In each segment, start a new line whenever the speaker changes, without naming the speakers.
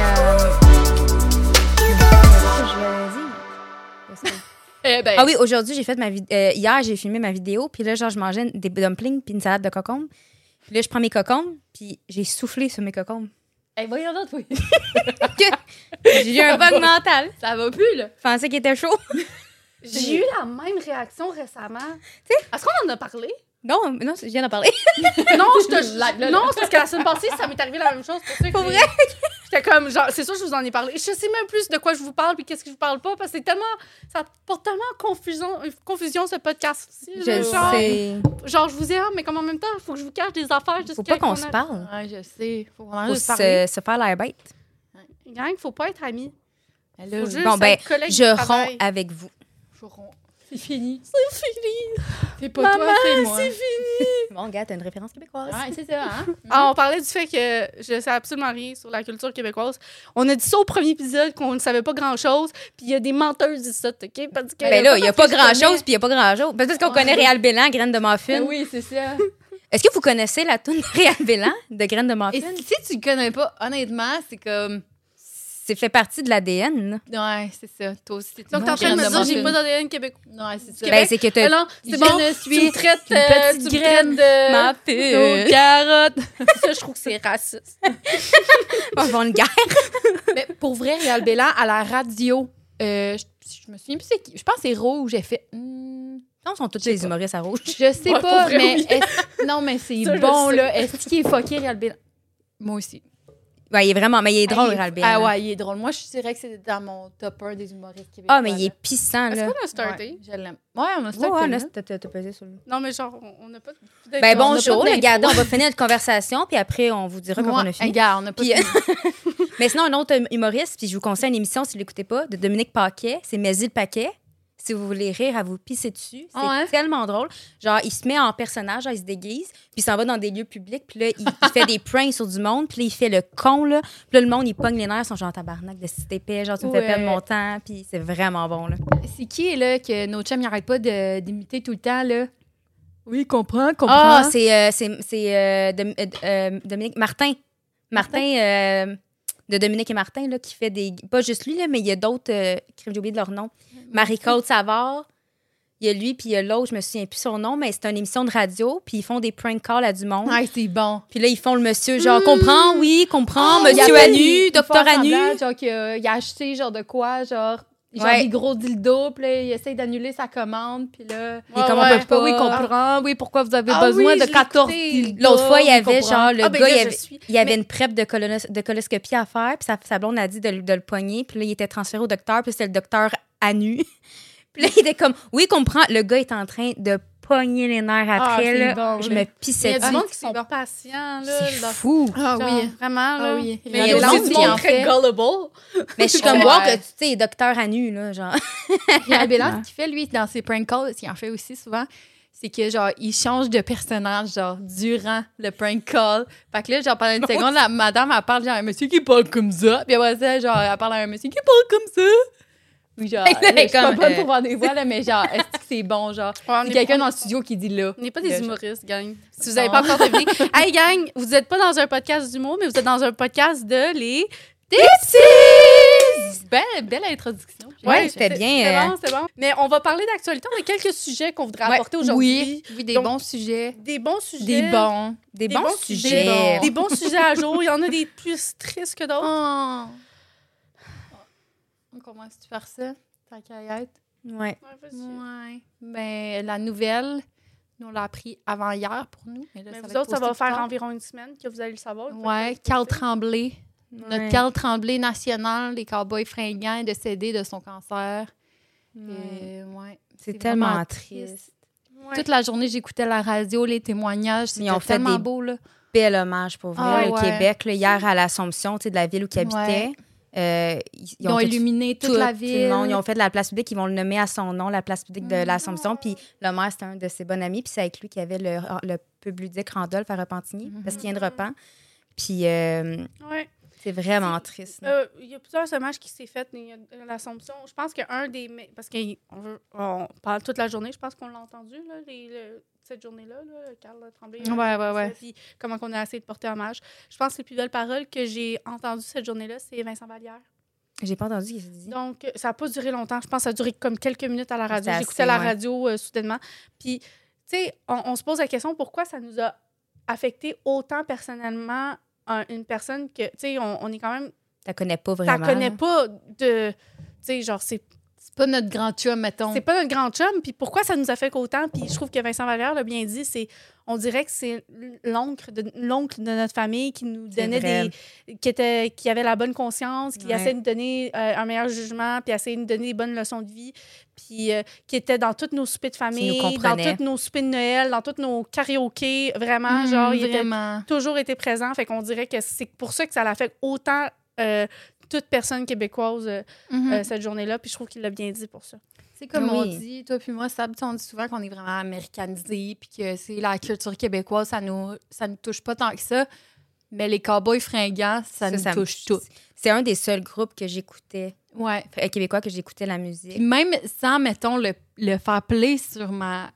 Euh,
Eh ben,
Ah oui, aujourd'hui, j'ai fait ma vidéo. hier, j'ai filmé ma vidéo, puis là, genre, je mangeais des dumplings puis une salade de cocombes. Puis là, je prends mes cocombes, puis j'ai soufflé sur mes cocombes.
eh, voyons donc, oui.
J'ai eu un bug mental.
Ça va plus, là.
Je pensais qu'il était chaud.
J'ai eu la même réaction récemment. Est-ce qu'on en a parlé?
Non, non, je viens d'en parler.
Non, je te. non, c'est parce que la semaine passée, ça m'est arrivé la même chose. Pour, ça que
Pour
j'ai-
vrai?
J'étais comme, genre, c'est sûr, je vous en ai parlé. Je sais même plus de quoi je vous parle puis qu'est-ce que je vous parle pas parce que c'est tellement. Ça porte tellement confusion, euh, confusion ce podcast-ci.
Je
là, genre,
sais.
genre, je vous aime, mais comme en même temps, il faut que je vous cache des affaires.
Faut pas qu'on se parle.
Ouais, je sais. Faut qu'on en
Faut
se parler.
se, se faire la bête.
Gang, faut pas être amis. Faut juste
Bon,
être
ben,
collègue
Je
de
romps
travail. Ah,
avec vous.
Je romps.
C'est fini.
C'est fini.
C'est pas
Maman,
toi, c'est moi.
Bon, gars, t'as une référence québécoise.
Ouais, c'est ça, hein?
Ah, on parlait du fait que je sais absolument rien sur la culture québécoise. On a dit ça au premier épisode qu'on ne savait pas grand-chose, puis il y a des menteuses ici, OK? Parce que
Ben là, il n'y a pas
parce que je connais-
grand-chose, puis il n'y a pas grand-chose. Peut-être qu'on
Ouais.
connaît Réal Bélan, Graines de
Ben
Muffin.
oui, c'est ça.
Est-ce que vous connaissez la tune de Réal Bélan, de Graines de
Et
Muffin?
si, si tu le connais pas, honnêtement, c'est comme.
C'est fait partie de l'ADN. là.
Ouais, c'est ça. Toi aussi, t'es
Donc, t'es en train de me dire, j'ai pas d'ADN québécois.
Non, c'est ça.
Ben, c'est que t'as...
Ah non,
Je
c'est bon,
ne
tu me
suis
traites,
qu'une
euh,
petite
tu me
graine
traites de
Ma
nos
pute!
carottes. ça, je trouve que c'est raciste.
On va une guerre.
Mais pour vrai, Réal Bélan, à la radio, euh, je, je me souviens plus c'est qui. Je pense que c'est Rouge. J'ai fait. hmm,
Non, sont tous
Je sais
les
pas.
humoristes à rouge.
je sais
Ouais,
pas,
pour vrai,
mais.
oui.
est-ce- non, mais c'est
Ça, je
bon,
sais.
là. Est-ce qu'il est fucké, Réal Bélan? Moi aussi.
Ouais, il est vraiment... Mais il est drôle,
Ah, il-
Réal Bélan.
Ah ouais, il est drôle. Moi, je dirais que c'est dans mon top 1 des humoristes québécois.
Ah, mais il est
là.
pissant,
Est-ce
là.
qu'on a starté?
Ouais, je l'aime. Ouais, on a
Ouais,
starté.
ouais,
là.
là, t'as- t'as t'as pesé sur le...
Non, mais genre, on- on n'a pas... de-
Ben
on a pas
bonjour,
de
regardez, on va finir notre conversation, puis après, on vous dira quand
Ouais,
on a fini.
regarde, on a pas
Puis, euh,
fini.
Mais sinon, un autre euh, humoriste, puis je vous conseille une émission, si vous ne l'écoutez pas, de Dominique Paquet, c'est Mais il Paquet. Si vous voulez rire, à vous pisser dessus. C'est
Ouais.
tellement drôle. Genre, il se met en personnage, genre, il se déguise, puis il s'en va dans des lieux publics, puis là, il, il fait des pranks sur du monde, puis là, il fait le con, là. Puis là, le monde, il pogne les nerfs, ils sont genre tabarnak de si épais, genre, tu me
Ouais.
fais perdre mon temps, puis c'est vraiment bon, là.
C'est qui, là, que nos chums n'arrêtent pas de- d'imiter tout le temps, là? Oui, comprends, comprends.
Ah, c'est euh, c'est- c'est, euh, Dom- euh, euh, Dominique Martin. Martin, euh, de Dominique et Martin, là, qui fait des. Pas juste lui, là, mais il y a d'autres. euh, crime, J'ai oublié de leur nom. Marie-Claude Savard. Il y a lui, puis il y a l'autre, je me souviens plus son nom, mais c'est une émission de radio, puis ils font des prank calls à du monde.
Ah, c'est bon.
Puis là, ils font le monsieur, genre,
Mmh.
Mm.
comprends, oui,
Oh,
comprends,
Il
monsieur
appelle,
à
il-
nu,
il
docteur
fait
à nu.
semblant, Genre, qu'il a, il a acheté, genre, de quoi, genre, genre
Ouais.
des gros dildos, puis là, il essaie d'annuler sa commande, puis là...
Et comme on peut pas-
Oui, comprends. Oui, pourquoi vous avez
Ah
besoin
oui, je
de
l'ai
14
écouté.
dildos?
L'autre fois, il y
oui,
avait,
comprends.
genre, le
Ah, ben
gars,
là,
il
je
avait.
suis.
Il y avait une prep de, colonos- de coloscopie à faire, puis sa, sa blonde a dit de, le- de le poigner, puis là, il était transféré au docteur, puis c'était le docteur à nu. puis là, il était comme, oui, comprends, le gars est en train de pogner les nerfs
Ah,
après,
c'est
là.
bon,
je
là.
me
Il y
pissais
a du
dessus.
monde qui
c'est
sont
bon.
patients, là.
C'est
leur-
fou.
Ah
genre,
oui.
Vraiment, là.
Ah oui.
Mais il
Il
y
y
a
a
aussi
du
du
monde
monde
qui
très gullible.
Mais je suis comme,
Ouais.
wow, que tu sais, docteur à nu, là, genre.
Pierre Bélan, ce qu'il fait, lui, dans ses prank calls, ce qu'il en fait aussi souvent, c'est que, genre, il change de personnage, genre, durant le prank call. Fait que là, genre, pendant une seconde, la madame, elle parle, genre, à un monsieur qui parle comme ça. Puis après ça, genre, elle parle à un monsieur qui parle comme ça. Oui, genre,
Fait que là,
là, je suis pas
comme,
bonne
euh,
pour voir des voix, là, mais genre, est-ce que c'est bon, genre? C'est quelqu'un dans le studio qui dit là.
On n'est pas des
Là, genre.
humoristes, gang. Si vous
Non.
n'avez pas encore deviné. hey, gang, vous n'êtes pas dans un podcast d'humour, mais vous êtes dans un podcast de les Tipsies!
Belle, belle introduction.
Ouais, c'était bien,
C'était
euh.
bon, c'était bon. Mais on va parler d'actualité. On a quelques sujets qu'on voudrait
Ouais,
apporter aujourd'hui.
Oui, des
Donc,
bons sujets.
Des bons sujets.
Des bons.
Des,
Des
bons,
bons
sujets.
sujets.
Des bons sujets à jour. Il y en a des plus tristes que d'autres.
Oh. On commence-tu par ça? Ta caillette?
Ouais.
Ouais, vas-y.
Ouais. Ben, la nouvelle, nous, on l'a appris avant hier pour nous. Mais, là,
Mais Ben, vous
ça va être
autres, ça va
posté
faire
plus
environ une semaine que vous allez le savoir.
tard. Ouais, Carl Tremblay. Notre
Ouais.
Carl Tremblay national, les cowboys fringants, est décédé de son cancer.
Ouais.
Et, ouais,
C'est
euh, vraiment
tellement triste.
Ouais.
Toute la journée, j'écoutais la radio, les témoignages.
Ils ont
C'était
fait
tellement
des-
beau, là.
bel hommage pour vrai.
Ah
le
ouais.
Québec, là, hier à l'Assomption, tu sais, de la ville où ils habitaient, euh, ils,
Ils ont,
tout-
illuminé toute la
tout
ville.
le monde. Ils ont fait de la place publique. Ils vont le nommer à son nom, la place publique de
Mm.
l'Assomption. Puis le maire, c'était un de ses bons amis. Puis c'est avec lui qu'il y avait le, le pub ludique Randolph à Repentigny,
Mhm.
parce qu'il vient de Repent. Puis euh,
Ouais.
c'est vraiment triste. là.
Euh, Il y a plusieurs hommages qui s'est fait mais il y a- à l'Assomption. Je pense qu'un des. me- Parce qu'on veut. On parle toute la journée, je pense qu'on l'a entendu, là, les- le- cette journée-là, là, Carl Tremblay. euh,
Ouais, ouais, ouais.
ça, Puis comment on a essayé de porter hommage. Je pense que les plus belles paroles que j'ai entendues cette journée-là, c'est Vincent Vallière.
J'ai pas entendu ce qu'il dit.
Donc, euh, ça n'a pas duré longtemps. Je pense que ça a duré comme quelques minutes à la radio.
C'était
J'écoutais
assez,
la
ouais.
radio euh, soudainement. Puis, tu sais, on, on se pose la question pourquoi ça nous a affecté autant personnellement un- une personne que, tu sais, on, on est quand même.
T'as connais pas
T'en
vraiment.
connais pas de. Tu sais, genre, c'est
C'est pas notre grand chum, mettons.
c'est pas notre grand chum. Puis pourquoi ça nous affecte autant? Puis je trouve que Vincent Valère l'a bien dit, c'est on dirait que c'est l'oncle de, l'oncle de notre famille qui nous
C'est
donnait
vrai.
des. Qui, était, qui avait la bonne conscience, qui
Ouais.
essayait de nous donner euh, un meilleur jugement, puis essayait de nous donner des bonnes leçons de vie, puis euh, qui était dans toutes nos soupers de famille, dans
comprenait. Mm,
toutes nos soupers de Noël, dans toutes nos karaokés. Vraiment,
Mmh,
genre, il était
vraiment.
toujours été présent. Fait qu'on dirait que c'est pour ça que ça l'affecte autant. euh, toute personne québécoise euh,
Mhm.
Mm.
euh, cette journée-là, puis je trouve qu'il l'a bien dit pour ça.
C'est comme on
Oui.
dit, toi puis moi, Sab, tu sais, on dit souvent qu'on est vraiment américanisé, puis que c'est la culture québécoise, ça nous, ça nous touche pas tant que ça. Mais les cowboys fringants, ça,
Ça,
nous
ça me-
touche tout.
C'est un des seuls groupes que j'écoutais,
Ouais.
euh, québécois, que j'écoutais la
Puis
musique.
même sans, mettons, le, le faire play sur, ma,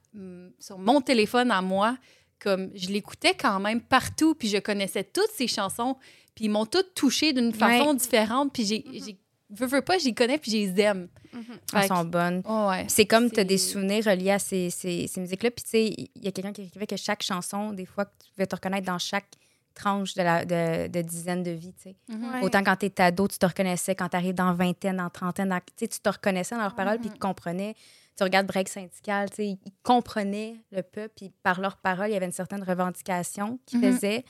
sur mon téléphone à moi, comme je l'écoutais quand même partout, puis je connaissais toutes ces chansons, puis ils m'ont toutes touchée d'une façon différente, puis j'ai, j'ai- veux, veux pas, j'y connais, puis je les aime.
Mm-hmm. Elles
Fait que-
sont bonnes.
Oh, ouais.
Puis C'est comme tu as des
C'est-
souvenirs reliés à ces, ces- ces musiques-là. Puis, tu sais, il y a quelqu'un qui écrivait que chaque chanson, des fois, que tu pouvais te reconnaître dans chaque tranche de, la, de, de dizaine de vie. tu sais.
Mhm.
Ouais.
Autant quand tu ado, tu te reconnaissais. Quand tu arrives dans vingtaine, dans trentaine, dans- tu sais, tu te reconnaissais dans leurs paroles puis
Mhm.
tu comprenais. Tu regardes Break syndical, tu sais, ils comprenaient le peuple. Puis par leurs paroles, il y avait une certaine revendication qu'ils
Mhm.
faisaient.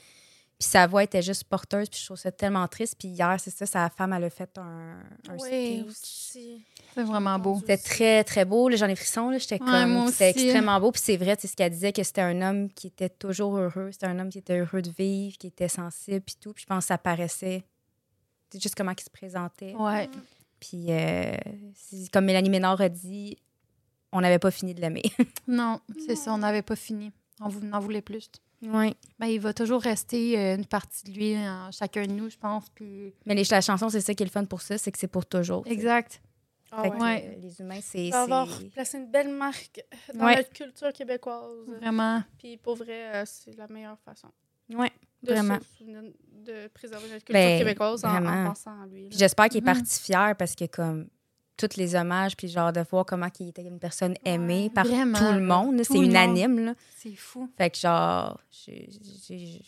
Puis sa voix était juste porteuse. Puis je trouve ça tellement triste. Puis hier, c'est ça, sa femme, elle a fait un, un
Oui,
speech.
aussi.
C'est vraiment beau.
C'était très, très beau. là, J'en ai frisson. là. J'étais
Ouais, moi
comme. C'était
aussi. hein.
extrêmement beau. Puis c'est vrai, c'est ce qu'elle disait, que c'était un homme qui était toujours heureux. C'était un homme qui était heureux de vivre, qui était sensible, puis tout. Puis je pense que ça paraissait. C'est juste comment il se présentait.
Mm.
Ouais.
Puis, euh, c'est- comme Mélanie Ménard a dit, on n'avait pas fini de l'aimer.
Non, c'est ça, on n'avait pas fini. On vous en voulait plus.
oui.
Ben, il va toujours rester euh, une partie de lui en chacun de nous, je pense. Puis...
Mais les, la chanson, c'est ça qui est le fun pour ça, c'est que c'est pour toujours. tu sais.
Exact.
Ah
Fait
ouais.
que,
ouais.
euh, les humains, c'est.
Pour avoir
c'est-
placé une belle marque dans
Ouais.
notre culture québécoise.
Vraiment.
Puis pour vrai, euh, c'est la meilleure façon
Ouais.
de
Vraiment.
se souvenir- de préserver notre culture
Ben,
québécoise en, en
vraiment.
pensant à lui.
Puis
là.
J'espère qu'il est
Mhm.
parti fier parce que comme tous les hommages, puis genre de voir comment qu'il était une personne aimée
Ouais,
par
vraiment.
tout le monde, là,
Tout
c'est
le monde.
unanime. Là.
C'est fou.
Fait que genre, j'ai- j'ai-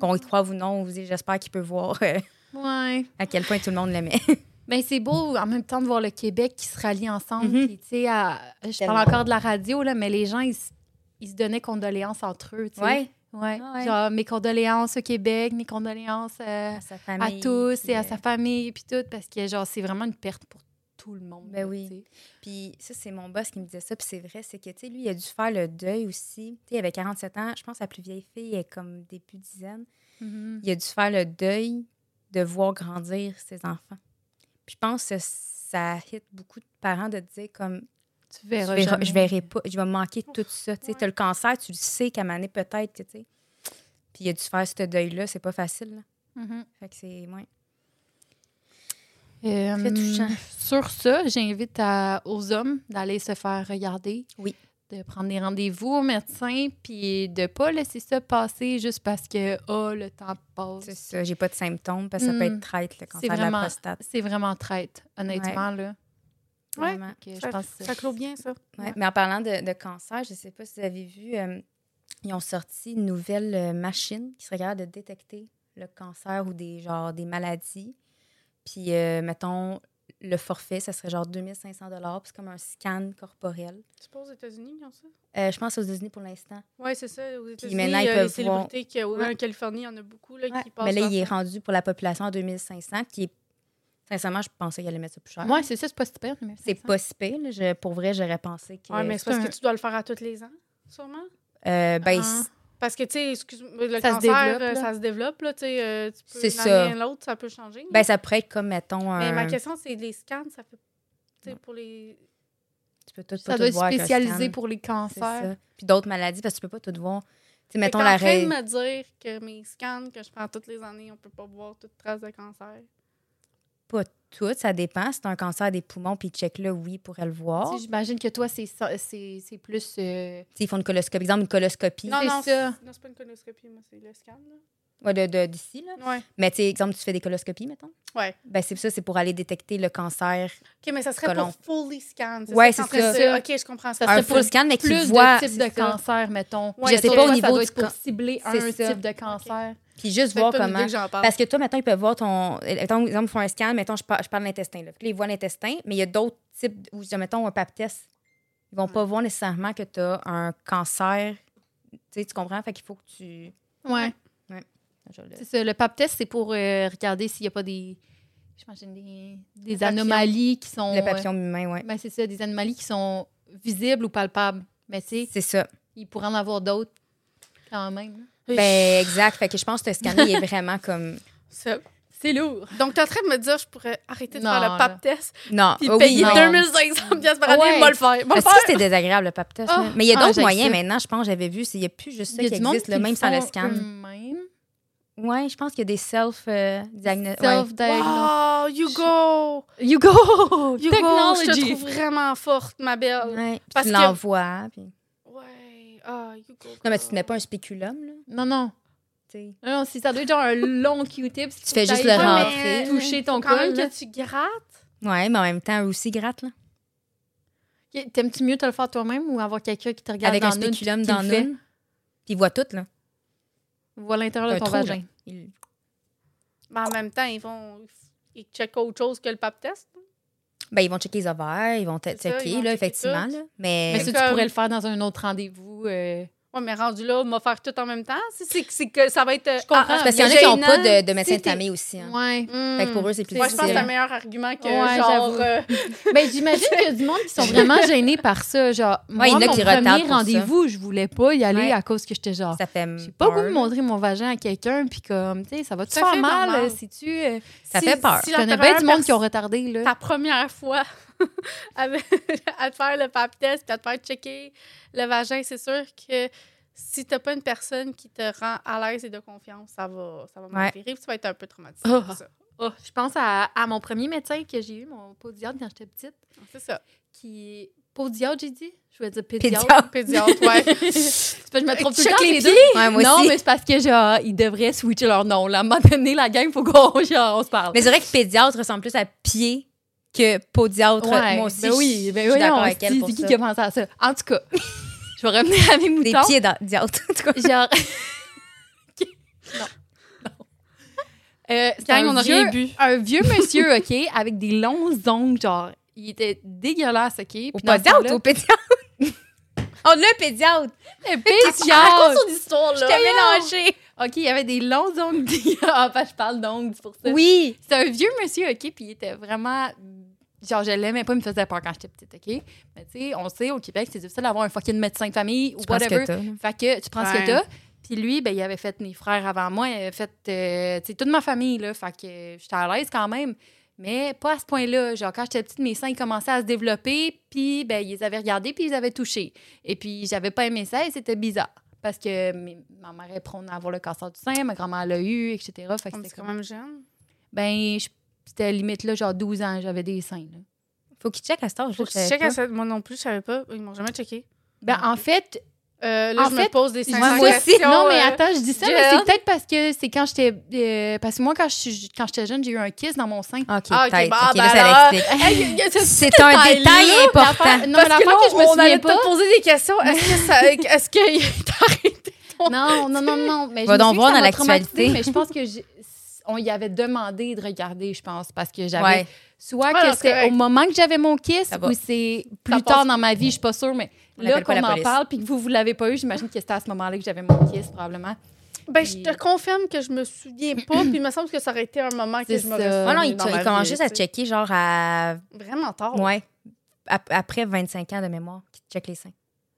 qu'on y croit ou non, vous dites, j'espère qu'il peut voir euh,
Ouais.
à quel point tout le monde l'aimait.
Ben, c'est beau en même temps de voir le Québec qui se rallie ensemble.
Mhm.
Puis, tu sais, à- je
Tellement.
parle encore de la radio, là, mais les gens, ils, se- ils se donnaient condoléances entre eux. tu sais. Ouais.
Ah ouais.
Genre, mes condoléances au Québec, mes condoléances euh,
sa
à
famille.
tous
puis,
et à
euh,
sa famille, puis tout, parce que, genre, c'est vraiment une perte pour tout le monde.
Ben
là,
oui.
tu sais.
Puis ça, c'est mon boss qui me disait ça. Puis c'est vrai, c'est que, tu sais, lui, il a dû faire le deuil aussi. Tu sais, il avait 47 ans. Je pense que la plus vieille fille est comme début dizaine.
Mhm.
il a dû faire le deuil de voir grandir ses enfants. Puis je pense que ça hit beaucoup de parents de dire comme
Tu
je
verras.
verrai,
jamais.
je verrai pas, je vais manquer tout ça. Tu
ouais.
as le cancer, tu le sais qu'à année peut-être que tu sais. Puis il a dû faire ce deuil-là, c'est pas facile. là.
Mhm.
Fait que c'est moins.
Euh,
Très touchant.
Sur ça, j'invite à- aux hommes d'aller se faire regarder.
Oui.
De prendre des rendez-vous au médecin, puis de pas laisser ça passer juste parce que, oh, le temps
C'est
passe.
ça, j'ai pas de symptômes parce que ça peut
Mm.
être traite le cancer de
vraiment-
la prostate.
C'est vraiment traite, honnêtement, là.
Ouais.
Vraiment.
Que je
Ça-
pense que-
Ça clôt bien, ça.
Ouais,
Ouais.
Mais en parlant de, de cancer, je sais pas si vous avez vu, euh, ils ont sorti une nouvelle euh, machine qui serait capable de détecter le cancer ou des, genre, des maladies. Puis, euh, mettons, le forfait, ça serait genre 2500 Puis c'est comme un scan corporel.
C'est pas aux États-Unis, ils ont ça?
Euh, je pense aux États-Unis pour l'instant.
Oui, c'est ça. Aux États-Unis,
maintenant,
il y
ils
a les
peuvent
célébrités qui, ouais,
Ouais.
en Californie, il y en a beaucoup là,
Ouais.
qui passent.
Mais là,
par
il est
ça.
rendu pour la population à 2500, qui est. Sincèrement, je pensais qu'il allait mettre ça plus cher.
Ouais, c'est ça, c'est pas super. mais
C'est pas si pire. là. Je- pour vrai, j'aurais pensé que.
Ouais, mais c'est parce
C'est
que
un-
tu dois le faire à tous les ans, sûrement.
Euh, ben,
Ah.
Parce que, tu sais, excuse-moi, le
Ça se
cancer,
développe,
euh,
là.
ça se développe, là, tu sais. euh, tu peux
C'est
d'une
ça.
année à l'autre, ça peut changer.
ben, ça pourrait être comme, mettons,
Mais
un.
ma question, c'est les scans, ça fait. Tu sais, pour les.
Tu peux tout, pas
Ça
tout
doit être
voir avec un
spécialisé
scan.
pour les
C'est
cancers.
ça. Puis d'autres maladies, parce que tu peux pas tout voir. Tu sais,
Fait que
mettons
t'es
la
en train de
reine.
me dire que mes scans que je prends toutes les années, on peut pas voir toute trace de cancer.
Pas toutes, ça dépend. Si t'as un cancer des poumons, puis check là, oui, pour le voir.
Tu sais, J'imagine que toi, c'est ça- c'est c'est plus. euh,
Tu sais, ils font une coloscopie. Exemple, une coloscopie.
non,
c'est
non,
ça.
c'est- non, c'est pas une coloscopie, moi, c'est le scan. Là.
Ouais, de- de- d'ici, là.
Ouais.
Mais, tu sais, exemple, tu fais des coloscopies, mettons.
Ouais.
Ben, c'est ça, c'est pour aller détecter le cancer.
OK, mais ça serait
Colon.
pour fully scan. c'est
Ouais,
que t'es en
c'est
train de
ça.
dire. OK, je comprends ça.
Ça
Un
serait
full
pour
scan, mais qui
Plus
voit.
de types
c'est
de
ça.
cancer, mettons.
Ouais,
Je sais
toi,
pas au
toi,
niveau
ça
du
doit être
can-
pour cibler un
C'est ça.
type de cancer.
Puis juste
Faites
voir
pas une idée
comment.
que j'en parle.
Parce que toi, maintenant, ils peuvent voir ton. Mettons, exemple, ils font un scan, mettons, je, par- je parle de l'intestin. Là. Puis là, ils voient l'intestin, mais il y a d'autres types, ou mettons, un pap test. Ils vont pas voir nécessairement que tu as un cancer. Tu sais, tu comprends? Fait qu'il faut que tu.
Ouais.
Je le-
C'est ça, le pap test, c'est pour euh, regarder s'il n'y a pas des. J'imagine des, des
papillon.
anomalies qui sont.
Le papillon humain, oui.
euh, ben, c'est ça, des anomalies qui sont visibles ou palpables. Mais tu sais,
C'est ça.
il pourrait en avoir d'autres quand même.
Ben, exact. Fait que je pense que ce scanner il est vraiment comme.
Ça-
C'est lourd.
Donc, t'es en train de me dire je pourrais arrêter de
Non,
faire
là.
le pap test
Non,
puis
oh oui,
payer
non.
non.
2500 pièces par année
Ouais.
et pas le faire. Va le
Parce que
faire.
c'était désagréable, le pap test.
Ah,
là. mais il y a
ah,
d'autres
j'ai
moyens
ça.
maintenant, je pense, j'avais vu. c'est- Il n'y a plus juste ça
Il y a
qui
du monde
existe,
qui
là,
le
même sans le
font hum.
scan.
eux-mêmes.
Oui, je pense qu'il y a des euh, self-diagnostics.
Self-diagnostic.
Wow, you go!
You go!
You go! Oh, Je te trouve vraiment forte, ma belle.
Ouais, puis
Parce
tu
que-
l'envoies. puis-
Ouais. Ah, you go.
Non, mais
girl.
tu te mets pas un spéculum, là.
Non, non.
tu sais.
Non, non, si ça doit être genre un long Q-tip.
Tu fais juste le
Ouais,
rentrer.
mais, euh,
Toucher ton
faut quand même
col, là.
que tu grattes.
Ouais, mais en même temps, eux aussi gratte, là.
Ok, T'aimes-tu mieux te le faire toi-même ou avoir quelqu'un qui te regarde
Avec
dans
un
une,
spéculum
qui
dans
le fait?
une. Puis il voit tout, là.
Voit l'intérieur
Un
de ton
trou,
vagin.
Il-
Mais en même temps, ils vont. Ils checkent autre chose que le pap test.
Ben, ils vont checker les ovaires, ils vont te
C'est ça,
checker,
ils vont
là,
checker
effectivement,
tout.
là. Mais,
Mais ça, tu
comme-
pourrais le faire dans un autre rendez-vous. euh,
Ouais, mais rendu là, m'a faire tout en même temps. C'est- C'est c'est que ça va être. euh,
comprends.
ah,
parce qu'il y en a qui
gênant,
n'ont pas de, de médecin
si
de
t'es-
famille aussi. hein.
Ouais.
hmm.
Fait que pour eux, c'est plus
Moi, je pense que c'est un
difficile.
meilleur argument que
Ouais,
genre.
j'avoue.
euh,
Ben, j'imagine qu'il y a du monde qui sont vraiment gênés par ça. Genre, moi,
il y en a
mon
qui retardent
premier
pour ça.
rendez-vous, je voulais pas y aller
Ouais.
à cause que j'étais genre.
Ça fait
J'ai pas le goût de
peur.
montrer mon vagin à quelqu'un, puis comme, tu sais, ça va te
Ça
faire
fait normal.
mal, si tu.
Ça fait peur.
Si
Je connais bien
l'intérieur
du monde qui
perce-
ont retardé, là.
ta première fois avec- à te faire le pap test puis à te faire checker le vagin, c'est sûr que si t'as pas une personne qui te rend à l'aise et de confiance, ça va, ça va mal virer, puis tu vas être un peu traumatisé.
Ah.
C'est ça.
Oh, je pense à, à mon premier médecin que j'ai eu, mon podiatre, quand j'étais petite,
C'est ça.
qui. Podiatre, j'ai dit? Je voulais dire pédiatre.
Pédiatre.
Pédiatre, ouais.
C'est parce que je me trompe tout le
Check
temps entre
les
les
pieds.
deux.
Ouais, moi
non,
aussi.
mais c'est parce que, genre, ils devraient switcher leur nom. Là, à un moment donné, la gang, faut qu'on genre, on se parle.
Mais c'est vrai que pédiatre ressemble plus à pied que podiatre.
Ouais,
Moi aussi,
ben oui,
je-
ben
je suis
voyons,
d'accord avec elle
c'est-
pour
C'est qui
ça.
qui a pensé à ça? En tout cas, je vais revenir à mes
Des
moutons.
pieds diatre, en tout cas.
Genre... Ok. Non. Non. Euh, c'est
Quand
un
on n'a
vieux-
rien bu.
Un vieux monsieur, OK, avec des longs ongles, genre... Il était dégueulasse, OK? Puis
Au
dans ce
pédiatre,
temps-là-
au pédiatre. On l'a pédiatre.
Eh, bitch, genre!
Raconte son histoire, là.
Je t'ai mélangé.
OK, il avait des longs ongles dégueulasses. Ah, ben, je parle d'ongles, c'est pour ça.
Oui.
C'est un vieux monsieur, OK, puis il était vraiment... Genre, je l'aimais pas, il me faisait peur quand j'étais petite, OK? Mais tu sais, on sait, au Québec, c'est difficile d'avoir un fucking médecin de famille ou
Tu penses
whatever.
que t'as. là.
Fait que tu prends ce
Ouais.
que t'as. Puis lui, ben, il avait fait mes frères avant moi, il avait fait euh, tu sais, toute ma famille, là. Fait que euh, j'étais à l'aise quand même. Mais pas à ce point-là. Genre, quand j'étais petite, mes seins ils commençaient à se développer, puis ben, ils les avaient regardés, puis ils les avaient touchés. Et puis, j'avais pas aimé ça et c'était bizarre. Parce que mes- ma mère est prône à avoir le cancer du sein, ma grand-mère l'a eu, etc. Fait que
On
c'était
est quand
comme-
même jeune.
Ben, je- c'était limite là, genre 12 ans, j'avais des seins, là.
Faut qu'il check à cet âge.
Faut que
je
tu
savais
checkes
pas.
à cette... Moi non plus, je savais pas. Ils m'ont jamais checké.
Ben, en fait,
Euh, là,
En
je
fait,
me pose Ah. des 500
moi aussi.
questions.
Non, mais
euh,
attends, je dis ça, mais
Gerald.
c'est peut-être parce que c'est quand j'étais. euh, parce que moi, quand je suis- quand j'étais jeune, j'ai eu un kiss dans mon sein.
Ok,
Ah, ok,
peut-être.
bah,
Ok, là,
bah,
ça
alors,
l'explique.
hey, y a- y a-
C'est un
détail-là,
détail important.
Ah, L'affaire- Non, mais
Parce que
l'affaire
là,
que je me
on allait
souviens pas.
te poser des questions. Est-ce que ça... Est-ce qu'il t'a arrêté?
Non, non, non, non. Mais je
Va
me
donc
souviens que
voir
ça
dans
m'a
l'actualité.
traumatisée, Mais je pense que j'ai- on y avait demandé de regarder, je pense, parce que j'avais.
Ouais.
Soit
Ah,
que
non, c'est
c'était au
correct.
moment que j'avais mon kiss
Ça va.
ou c'est
passe.
plus tard dans ma vie, je suis pas sûre, mais
On
là
appelle pas
qu'on
la
en
police.
parle puis que vous, vous l'avez pas eu, j'imagine que c'était à ce moment-là que j'avais mon kiss, probablement.
Ben,
Puis-
je te confirme que je me souviens pas, puis il me semble que ça aurait été un moment que
C'est
je me
ça.
Ah non, il,
dans ma
il commence
vie,
juste à
tu sais.
checker, genre à.
Vraiment tard.
Ouais. Ap- Après 25 ans de mémoire, qu'il check les seins.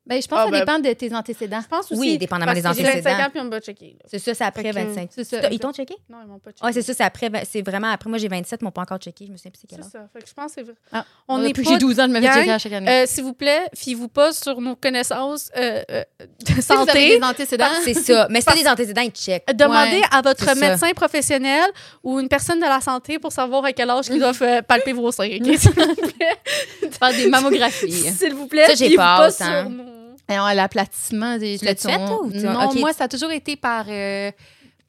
Ben, je pense
Ah,
que ça
ben-
dépend de tes antécédents.
Je pense aussi.
Oui, dépendamment
parce
des
que J'ai 25
antécédents.
ans, puis on m'a checké. là.
C'est ça, c'est après
Fait que-
25.
C'est ça.
T'as- Ils t'ont checké?
Non, ils m'ont pas checké.
Ah, c'est ça, c'est après. vingt- C'est vraiment après. Moi, j'ai 27, mon pas encore checké. Je me souviens plus c'est quel
C'est
âge.
ça. Fait que je pense que c'est vrai.
Ah,
on n'est
Depuis que
pas-
j'ai 12 ans, je me fais
gang,
checker à chaque année.
Euh, S'il vous plaît, fiez-vous pas sur nos connaissances euh, euh, de
Si vous avez
santé.
des antécédents,
C'est ça. Mais c'est des antécédents, ils checkent.
Demandez
Ouais,
à votre
c'est ça.
médecin professionnel ou une personne de la santé pour savoir à quel âge ils doivent euh, palper vos seins. ok?
faire des mammographies.
S'il vous plaît,
Ça, j'ai
fiez-vous
pas
pas
hâte, hein.
sur nos...
Et on- L'aplatissement des
Tu l'as-tu fait, toi, ou tu-
Non,
ok.
moi, ça a toujours été par. euh,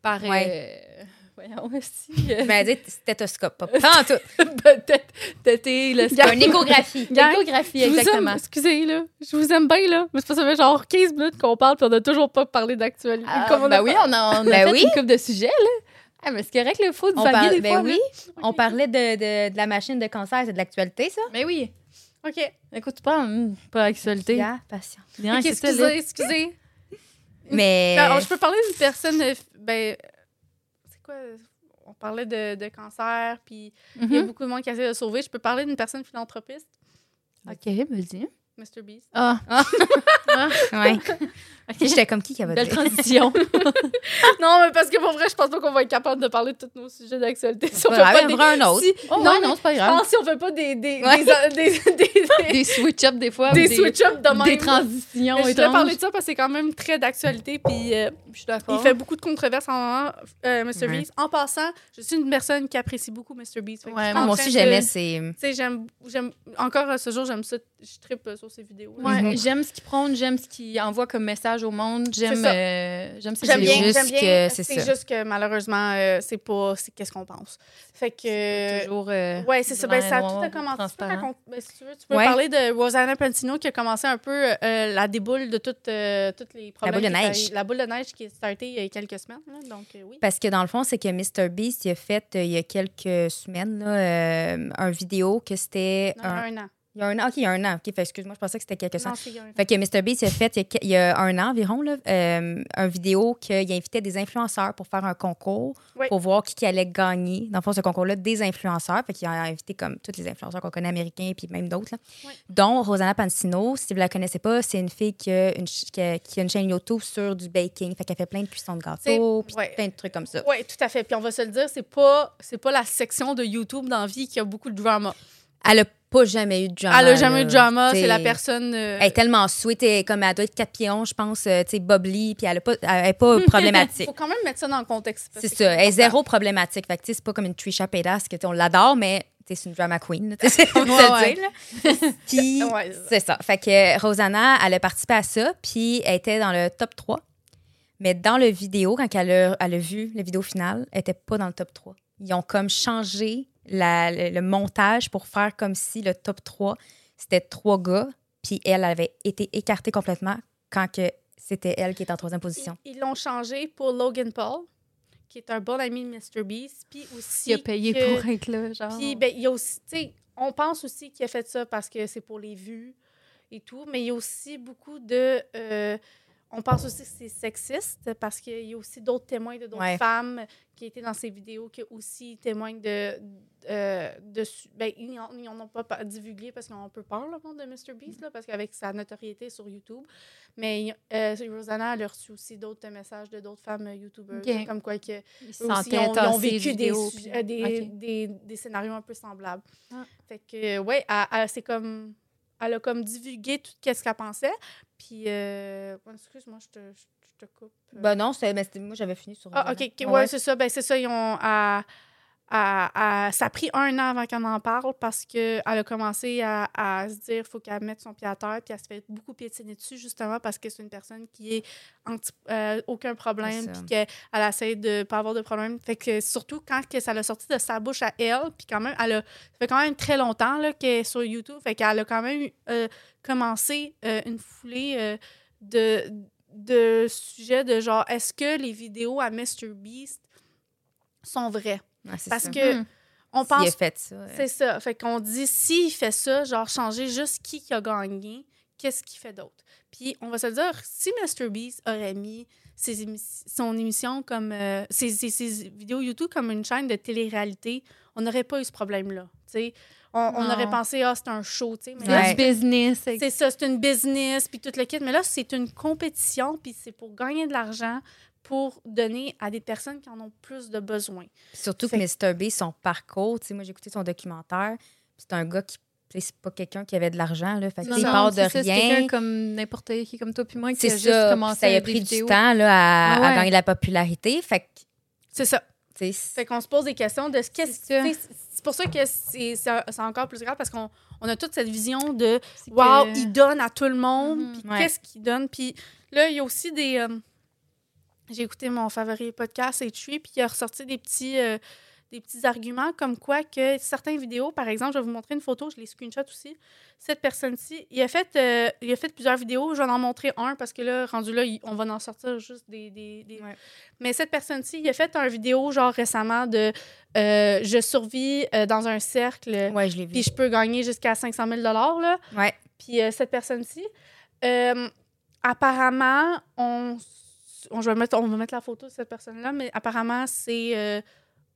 par.
Ouais.
euh, voyons aussi. euh,
Mais elle dit stéthoscope, pas en tout.
peut-être. Tété, le
C'est une échographie.
Gang,
L'échographie,
Je vous aime-
exactement.
excusez, là. Je vous aime bien, là. Mais c'est pas ça fait genre 15 minutes qu'on parle, puis on a toujours pas parlé d'actualité.
Ah,
comme on
ben
a
oui,
fait.
on a, on a
Ben
fait
oui.
une couple de sujets, là. Ah, mais c'est correct, le faux du
On, parle-
familier, des
ben
fois.
oui, on parlait de, de, de la machine de cancer, c'est de l'actualité, ça?
là. Mais Ben oui.
OK.
Écoute, tu parles, hum, pas actualité.
Yeah, patient.
Bien,
Ok,
c'est ça,
excusez,
là.
excusez.
Mais.
Ben, je peux parler d'une personne. euh, Ben, c'est quoi? euh, On parlait de, de cancer, puis il y a
Mhm.
beaucoup de monde qui essaie de le sauver. Je peux parler d'une personne philanthropiste,
Ok, me dis.
Mr. Beast.
Ah,
Ouais.
Ah.
J'étais comme qui qui avait
belle
dit?
transition.
non, mais parce que pour vrai, je pense pas qu'on va être capable de parler de tous nos sujets d'actualité. Si on
Pas
fait
grave,
pas
Ben, on
des...
fera un autre.
si-
Oh,
non,
ouais,
mais
non, c'est pas
je
grave.
pense si on fait pas des, des,
Ouais.
des, des, des- des-
Des switch-ups, des fois.
des
ou
switch-ups de même.
Des transitions
Mais je voulais
étranges.
parler de ça parce que c'est quand même très d'actualité, puis euh,
Je suis d'accord.
il fait beaucoup de controverses en ce moment, euh, Mr.
Ouais.
Beast. En passant, je suis une personne qui apprécie beaucoup Mr. Beast. Fait que
Ouais,
je suis
moi
en
Mon
train
sujet,
de-
j'aimais, c'est.
Tu sais, j'aime, j'aime, encore euh, ce jour, j'aime ça, je tripe euh, sur ces vidéos. là.
Ouais,
Mhm.
j'aime ce qu'il prône, j'aime ce qu'il envoie comme message au monde, j'aime
ça.
euh, j'aime ce
J'aime
qu'il
bien,
dit.
juste
j'aime bien. euh,
que c'est
c'est
ça.
juste que malheureusement, euh, c'est pas, c'est qu'est-ce qu'on pense. Fait
C'est
que.
toujours euh,
Ouais, c'est ça.
blanc
Ben,
et
ça a
noir,
tout a commencé. Tu peux,
transparent.
raconter- ben, si tu, veux, tu peux
Ouais.
parler de Rosanna Pantino qui a commencé un peu euh, la déboule de toutes euh, toutes les problèmes.
boule
qui
de
est
neige.
arrivée- La boule de neige qui est startée il y a quelques semaines. là. donc, euh, oui.
Parce que dans le fond, c'est que Mr. Beast, il a fait euh, il y a quelques semaines là, euh, un vidéo que c'était.
Non,
Un...
un an.
Il y a un an. OK, il y a un an. OK, fait, excuse-moi, je pensais que c'était quelques semaines.
Non, c'est il y a un an.
Fait que Mr. Beast il a fait il y a que- il y a, un an environ là, euh, un vidéo qu'il invitait des influenceurs pour faire un concours
Oui.
pour voir qui, qui allait gagner. Dans le fond, ce concours-là, des influenceurs. Fait qu'il a invité comme tous les influenceurs qu'on connaît américains et puis même d'autres. là.
Oui.
Dont Rosanna Pansino, si vous la connaissez pas, c'est une fille qui a une, ch- qui a, qui a une chaîne YouTube sur du baking. Fait qu'elle fait plein de cuissons de gâteaux, puis
ouais.
plein de trucs comme ça.
Oui, tout à fait. Puis on va se le dire, c'est pas, c'est pas la section de YouTube dans la vie qui a beaucoup de drama.
Elle a pas jamais eu de drama.
Elle a jamais
là.
eu de drama. C'est la
T'sais,
personne. euh,
Elle est tellement sweet, elle est comme elle doit être quatre pions, je pense, euh, tu sais, bubbly, puis elle n'est pas, elle est pas problématique.
faut quand même mettre ça dans le contexte. parce
C'est
que
ça, elle est zéro problématique. Fait que, tu sais, c'est pas comme une Trisha Paytas que tu sais, on l'adore, mais tu sais, c'est une drama queen. là, tu sais, on va se
Ouais,
le
ouais.
dire, là. Puis,
Ouais, c'est ça.
c'est ça. Fait que euh, Rosanna, elle a participé à ça, puis elle était dans le top 3. Mais dans le vidéo, quand elle a, elle a vu la vidéo finale, elle était pas dans le top 3. Ils ont comme changé la- le, le montage pour faire comme si le top 3, c'était trois gars, puis elle avait été écartée complètement quand que c'était elle qui était en troisième position.
Ils ils l'ont changé pour Logan Paul, qui est un bon ami de Mr. Beast. Puis aussi.
il a payé
que-
pour être là, genre.
Puis, ben, il y a aussi. Tu sais, on pense aussi qu'il a fait ça parce que c'est pour les vues et tout, mais il y a aussi beaucoup de. euh, on pense aussi que c'est sexiste parce qu'il y a aussi d'autres témoins de d'autres
Ouais.
femmes qui étaient dans ces vidéos qui aussi témoignent de. euh, de su- ben, ils n'en ils en ont pas pa- divulgué parce qu'on peut peur le monde de Mr. Beast, là, parce qu'avec sa notoriété sur YouTube. Mais euh, Rosanna, elle a reçu aussi d'autres messages de d'autres femmes euh, YouTubers,
Ok.
là, comme quoi que
il se
eux aussi,
sentait
ils ont, ils ont
tassé,
vécu des,
vidéo,
su-
puis-
euh, des,
Ok.
des- des scénarios un peu semblables.
Ah.
Fait que, ouais, elle- elle- c'est comme. Elle a comme divulgué tout ce qu'elle pensait. Puis, euh, ouais, excuse-moi, je te, je, je te coupe. Euh,
Ben non, c'est- mais c'était- moi j'avais fini sur.
ah,
Rosanna.
OK, ok,
Ah
ouais, c'est ça. Ben, c'est ça. Ils ont. à- à- à- ça a pris un an avant qu'on en parle parce qu'elle a commencé à, à se dire faut qu'elle mette son pied à terre, puis elle se fait beaucoup piétiner dessus, justement, parce que c'est une personne qui est anti, euh, aucun problème,
ça.
puis qu'elle elle essaie de pas avoir de problème. Fait que surtout quand que ça l'a sorti de sa bouche à elle, puis quand même, elle a, ça fait quand même très longtemps là, qu'elle est sur YouTube, fait qu'elle a quand même euh, commencé euh, une foulée euh, de, de sujets de genre est-ce que les vidéos à MrBeast sont vraies
Ah, c'est
parce
ça.
que
Mhm.
on
S'il a
pense
fait ça. euh,
c'est ça fait qu'on dit s'il fait ça genre changer juste qui qui a gagné qu'est-ce qu'il fait d'autre puis on va se le dire si MrBeast aurait mis ses émi- son émission comme euh, ses, ses- ses vidéos YouTube comme une chaîne de télé-réalité on n'aurait pas eu ce problème là tu sais on, on
Non.
aurait pensé ah c'est un show tu sais mais
Il y a
Ouais.
du business.
c'est ça, c'est une business, puis tout le kit. Mais là, c'est une compétition, puis c'est pour gagner de l'argent pour donner à des personnes qui en ont plus de besoin.
Puis Surtout
Fait
que Mr. B, son parcours, tu sais, moi j'ai écouté son documentaire, puis c'est un gars qui, tu sais, c'est pas quelqu'un qui avait de l'argent, là. Fait que, tu sais, il
Non,
part de
c'est ça, C'est quelqu'un
rien.
comme n'importe qui, comme toi puis moi, qui
C'est
a juste
ça. puis
commencé
Ça lui
à
a pris du temps là, à,
Ah ouais.
à gagner de la popularité. Fait que,
C'est ça.
tu sais, c'est-
Fait qu'on se pose des questions de ce qu'est-ce
C'est ça.
tu sais, C'est pour ça que c'est c'est- c'est encore plus grave, parce qu'on on a toute cette vision de Wow, il donne à tout le monde.
Mhm.
Puis
Ouais.
qu'est-ce qu'il donne? Puis là, il y a aussi des. euh, j'ai écouté mon favori podcast, et puis il a ressorti des petits, euh, des petits arguments comme quoi que certaines vidéos, par exemple, je vais vous montrer une photo, je les screenshot aussi. Cette personne-ci, il a fait euh, il a fait plusieurs vidéos, je vais en montrer un parce que là, rendu là, il- on va en sortir juste des. des- des-
Ouais.
Mais cette personne-ci, il a fait un vidéo genre récemment de euh, Je survis euh, dans un cercle,
Ouais, je l'ai vu.
puis je peux gagner jusqu'à 500 000 là.
Ouais.
Puis euh, cette personne-ci, euh, apparemment, on, s- on, je vais mettre, on va mettre la photo de cette personne-là, mais apparemment, c'est euh,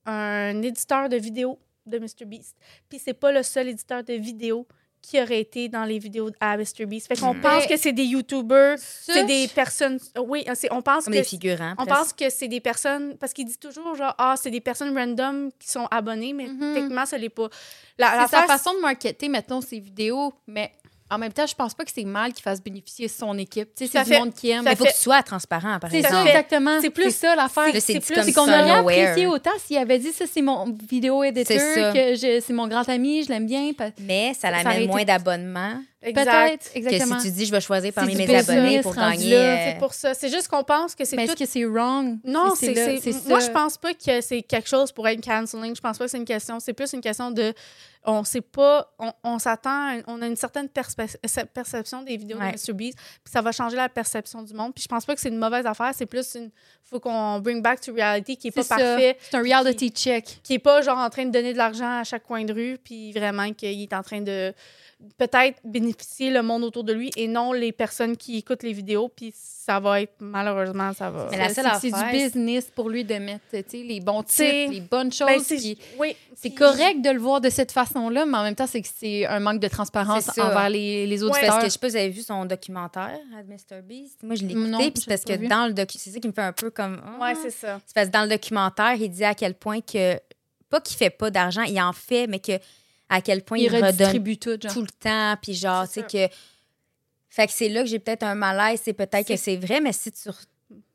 un éditeur de vidéos de MrBeast. Puis c'est pas le seul éditeur de vidéos qui aurait été dans les vidéos à MrBeast. Fait qu'on
Mm.
pense
Mais-
que c'est des YouTubers, c'est
Ça, Ah,
des personnes... Oui, euh, c'est- on pense
Comme
que
des figurants.
on
presque.
pense que c'est des personnes, parce qu'il dit toujours, genre, ah, c'est des personnes random qui sont abonnées, mais
Mhm.
techniquement, ça l'est pas. La,
C'est
la
sa
face-
façon de marketer, mettons, ses vidéos, mais en même temps, je pense pas que c'est mal qu'il fasse bénéficier son équipe. Tu sais,
Ça
c'est
fait-
du monde qui aime.
ça
Mais faut
fait-
que tu sois transparent, par
C'est
exemple.
ça,
fait-
exactement.
c'est
C'est
plus-
plus ça l'affaire.
Là, c'est dit
c'est
comme
C'est qu'on
ça,
aurait
nowhere.
apprécié autant s'il avait dit ça, c'est mon vidéo
C'est ça.
éditeur, que je- c'est mon grand ami, je l'aime bien. pa-
Mais ça
Ça
l'amène
aurait été-
moins d'abonnements
Exact.
Peut-être,
que si
exactement.
tu dis je vais choisir parmi
du
mes
business
abonnés pour
rendu
gagner.
là,
euh,
C'est pour ça. C'est juste qu'on pense que c'est
Mais
tout.
est-ce que c'est wrong?
Non, c'est,
là-
c'est-
ça.
Moi, je pense pas que c'est quelque chose pour être canceling. Je pense pas que c'est une question. C'est plus une question de. On sait pas. On, on s'attend. à un- On a une certaine perspe- se- perception des vidéos
Ouais.
de Mr. Beast. Puis ça va changer la perception du monde. Puis je pense pas que c'est une mauvaise affaire. C'est plus une. Faut qu'on bring back to reality qui est pas
C'est ça.
parfait.
C'est un reality check.
Qui est pas genre en train de donner de l'argent à chaque coin de rue. Puis vraiment qu'il est en train de peut-être bénéficier le monde autour de lui et non les personnes qui écoutent les vidéos. Puis ça va être. Malheureusement, ça va.
Mais la
Ça,
seule
c'est que C'est
affaire,
du business pour lui de mettre tu sais, les bons
C'est-
titres, les bonnes choses.
Ben, c'est-
puis
oui,
c'est
puis-
correct de le voir de cette façon-là, mais en même temps, c'est que c'est un manque de transparence
C'est ça.
envers les, les
Ouais.
auditeurs.
Parce que je sais pas si vous avez vu son documentaire, Mr. Beast. Moi, je l'ai
Non,
écouté, puis
j'ai
parce
pas
que
vu.
dans le docu, c'est ça qui me fait un peu comme. Ah.
Ouais, c'est ça.
C'est parce que dans le documentaire, il dit à quel point que. Pas qu'il fait pas d'argent, il en fait, mais que à quel point il,
il
redonne
redistribue tout, genre.
tout le temps, puis genre, tu
C'est
sais que. Fait que c'est là que j'ai peut-être un malaise, c'est peut-être que c'est vrai, mais si tu. re-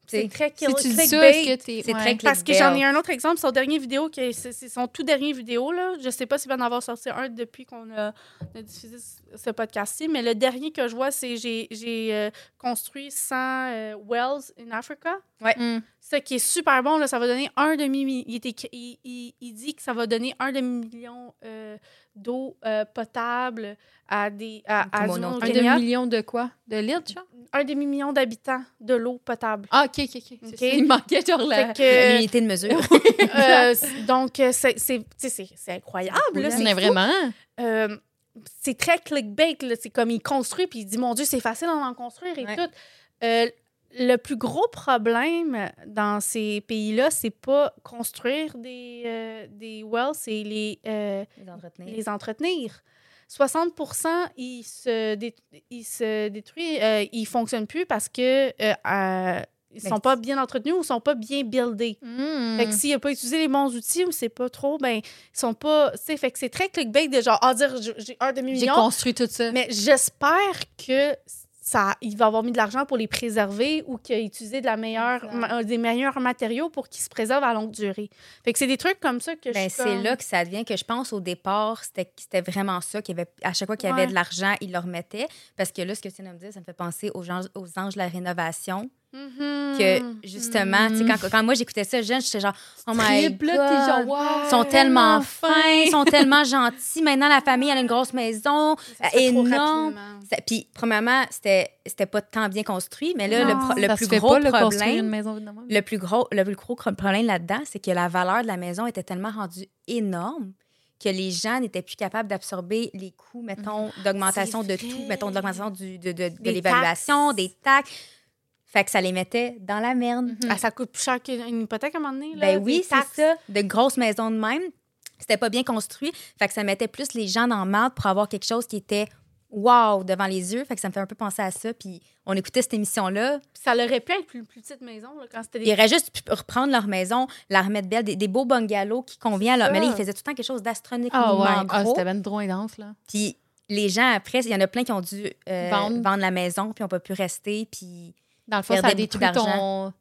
C'est
C'est
très
Si tu dis ça, est-ce
clickbait.
que t'es...
C'est
ouais.
très clickbait.
Parce que j'en ai un autre exemple, son dernier vidéo, qui est- c'est c'est son tout dernier vidéo. Là. Je sais pas s'il va en avoir sorti un depuis qu'on a, on a diffusé ce- ce podcast-ci, mais le dernier que je vois, c'est j'ai j'ai, euh, construit 100 euh, wells in Africa.
Mm.
Ce qui est super bon, là, ça va donner un demi mi- il, est écrit- il, il- il dit que ça va donner un demi-million euh, d'eau euh, potable à des à, à
Tout
du
mon
monde au
autre.
Un
Kenya.
demi-million de quoi? De litres, genre?
Un demi-million d'habitants de l'eau potable.
Ah, OK, OK, OK.
Ok.
C'est ça, Il manquait genre la...
Fait que-
L'unité de mesure.
Euh, c- donc, euh, c'est c'est- tu sais, c'est- c'est incroyable. là,
Là,
c'est
mais
fou.
vraiment.
Euh, c'est très clickbait. là, C'est comme il construit, puis il dit, mon Dieu, c'est facile d'en en construire et
Ouais.
tout. Euh, le plus gros problème dans ces pays-là, c'est pas construire des, euh, des wells, c'est les, euh,
Les entretenir.
les entretenir. 60 ils se, dé- ils se détruisent, euh, ils fonctionnent plus parce que euh, euh, ils
Mais
sont pas bien entretenus ou sont pas bien buildés. Fait que
Mm.
s'il n'a pas utilisé les bons outils ou c'est pas trop, ben, ils sont pas. Tu sais, fait que c'est très clickbait de genre, ah, dire j- j'ai un
J'ai
demi-million.
construit tout ça.
Mais j'espère que ça, il va avoir mis de l'argent pour les préserver ou qu'il a utilisé de la meilleure,
Exact.
ma- des meilleurs matériaux pour qu'ils se préservent à longue durée. Fait que c'est des trucs comme ça que
Ben,
je suis
c'est
comme-
là que ça devient que je pense au départ, c'était c'était vraiment ça qu'il y avait à chaque fois qu'il y avait
Ouais.
de l'argent, il le remettait parce que là ce que tu viens de me dire, ça me fait penser aux gens aux anges de la rénovation
Mhm.
que justement, tu sais,
mmh.
quand, quand moi j'écoutais ça jeune, j'étais genre oh my
Triple, là,
god.
t'es genre, wow.
Ils sont tellement fins, ils sont tellement gentils. Maintenant, la famille, elle a une grosse maison.
Mm-hmm. Ça se fait trop
énorme.
rapidement.
Ça- Puis, premièrement, c'était c'était pas tant bien construit, mais là, le, pro- le
ça
plus
se fait
gros
pas, là, construire
problème,
une maison de même.
le plus gros, le plus gros cro- problème là-dedans, c'est que la valeur de la maison était tellement rendue énorme que les gens n'étaient plus capables d'absorber les coûts, mettons, d'augmentation de
Mhm. C'est
tout,
vrai.
mettons, de l'augmentation du- de, de, de
Des
l'évaluation,
taxes.
des taxes. Fait que ça les mettait dans la merde.
Mhm.
Ah, ça coûte plus cher qu'une hypothèque à un moment donné. Là,
Ben
des
oui,
taxes.
c'est ça. De grosses maisons de même, c'était pas bien construit. Fait que ça mettait plus les gens dans le mal pour avoir quelque chose qui était wow devant les yeux. Fait que ça me fait un peu penser à ça. Puis on écoutait cette émission-là.
Ça aurait pu être plus, plus petite maison là, quand c'était des
Ils auraient juste pu reprendre leur maison, la remettre belle, des, des beaux bungalows qui conviennent. à leur-
C'est
Mais là,
ça.
ils faisaient tout le temps quelque chose
Ah
d'astronomiquement
ouais, ah,
gros.
c'était ben trop intense, là.
Puis les gens, après, il y en a plein qui ont dû euh,
Vendre.
vendre. la maison, puis on peut plus rester. Puis
Dans le fond, ça
Perdait beaucoup
détruit ton,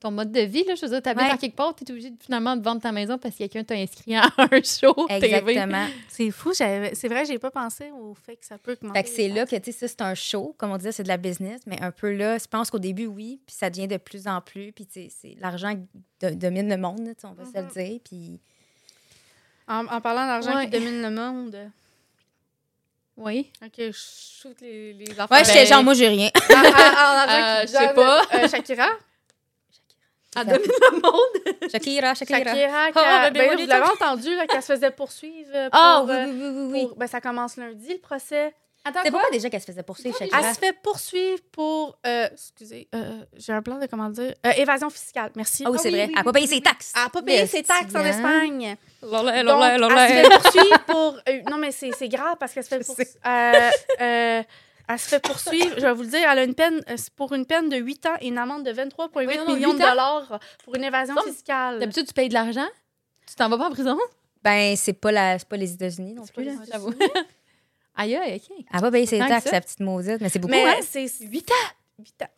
ton mode de vie, là, je veux dire, t'habites
Ouais.
à quelque part, t'es obligé de- finalement de vendre ta maison parce que quelqu'un t'a inscrit à un show TV.
Exactement.
C'est fou, j'avais- c'est vrai, j'ai pas pensé au fait que ça peut augmenter.
Fait que c'est là que, tu sais, ça, c'est un show, comme on disait, c'est de la business, mais un peu là, je pense qu'au début, oui, puis ça devient de plus en plus, puis tu sais, c'est- l'argent do- domine le monde, là, tu sais, on va se le dire, puis...
En, en parlant d'argent
Ouais.
qui domine le monde,
Oui.
ok, je shoot les, les affaires.
Ouais, j'étais
j'étais
genre,
genre,
moi, j'ai rien.
En- en- en argent
Euh,
qui
je sais
donne,
pas.
euh, Shakira.
À dominer le monde.
Shakira, Shakira.
Shakira,
Oh,
qu'elle-
ben,
ben,
oui,
vous l'avez entendu, là, qu'elle se faisait poursuivre euh, pour...
Ah, oui,
euh,
oui, oui, oui, oui.
pour- ben, ça commence lundi, le procès.
Attends,
C'est
quoi?
pas déjà qu'elle se faisait poursuivre, Shakira?
Elle se fait poursuivre pour... euh, excusez, euh, j'ai un plan de comment dire. euh, évasion fiscale, merci.
Ah oui, c'est
oui,
vrai.
oui,
Elle n'a pas payé ses taxes. Hein?
Elle n'a pas payé
Mais
ses taxes en
bien.
Espagne.
Lolé,
Donc,
lolé, lolé.
Elle se fait poursuivre pour. euh, non, mais c'est c'est grave parce qu'elle se fait
Je
poursuivre. Euh, euh, elle se fait poursuivre, je vais vous le dire, elle a une peine, euh, c'est pour une peine de 8 ans et une amende de 23,8
Voyons donc,
millions de
huit ans?
dollars pour une évasion
Somme-
fiscale.
D'habitude, tu payes de l'argent. Tu t'en vas pas en prison?
Ben, c'est pas, la... c'est pas les États-Unis non
C'est
plus,
pas
là.
les-
J'avoue. Aïe, aïe, OK.
Elle n'a pas payé ses
Tant que
taxes,
ça.
la petite maudite, mais c'est beaucoup,
Mais euh,
hein?
c'est
8 ans.
8 ans.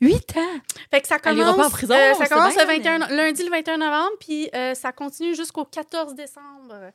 8 ans.
Fait que ça
Elle ira
commence,
pas en prison,
euh,
on
ça
sait
commence
bien,
le 21, lundi le 21 novembre, puis euh, ça continue jusqu'au 14 décembre.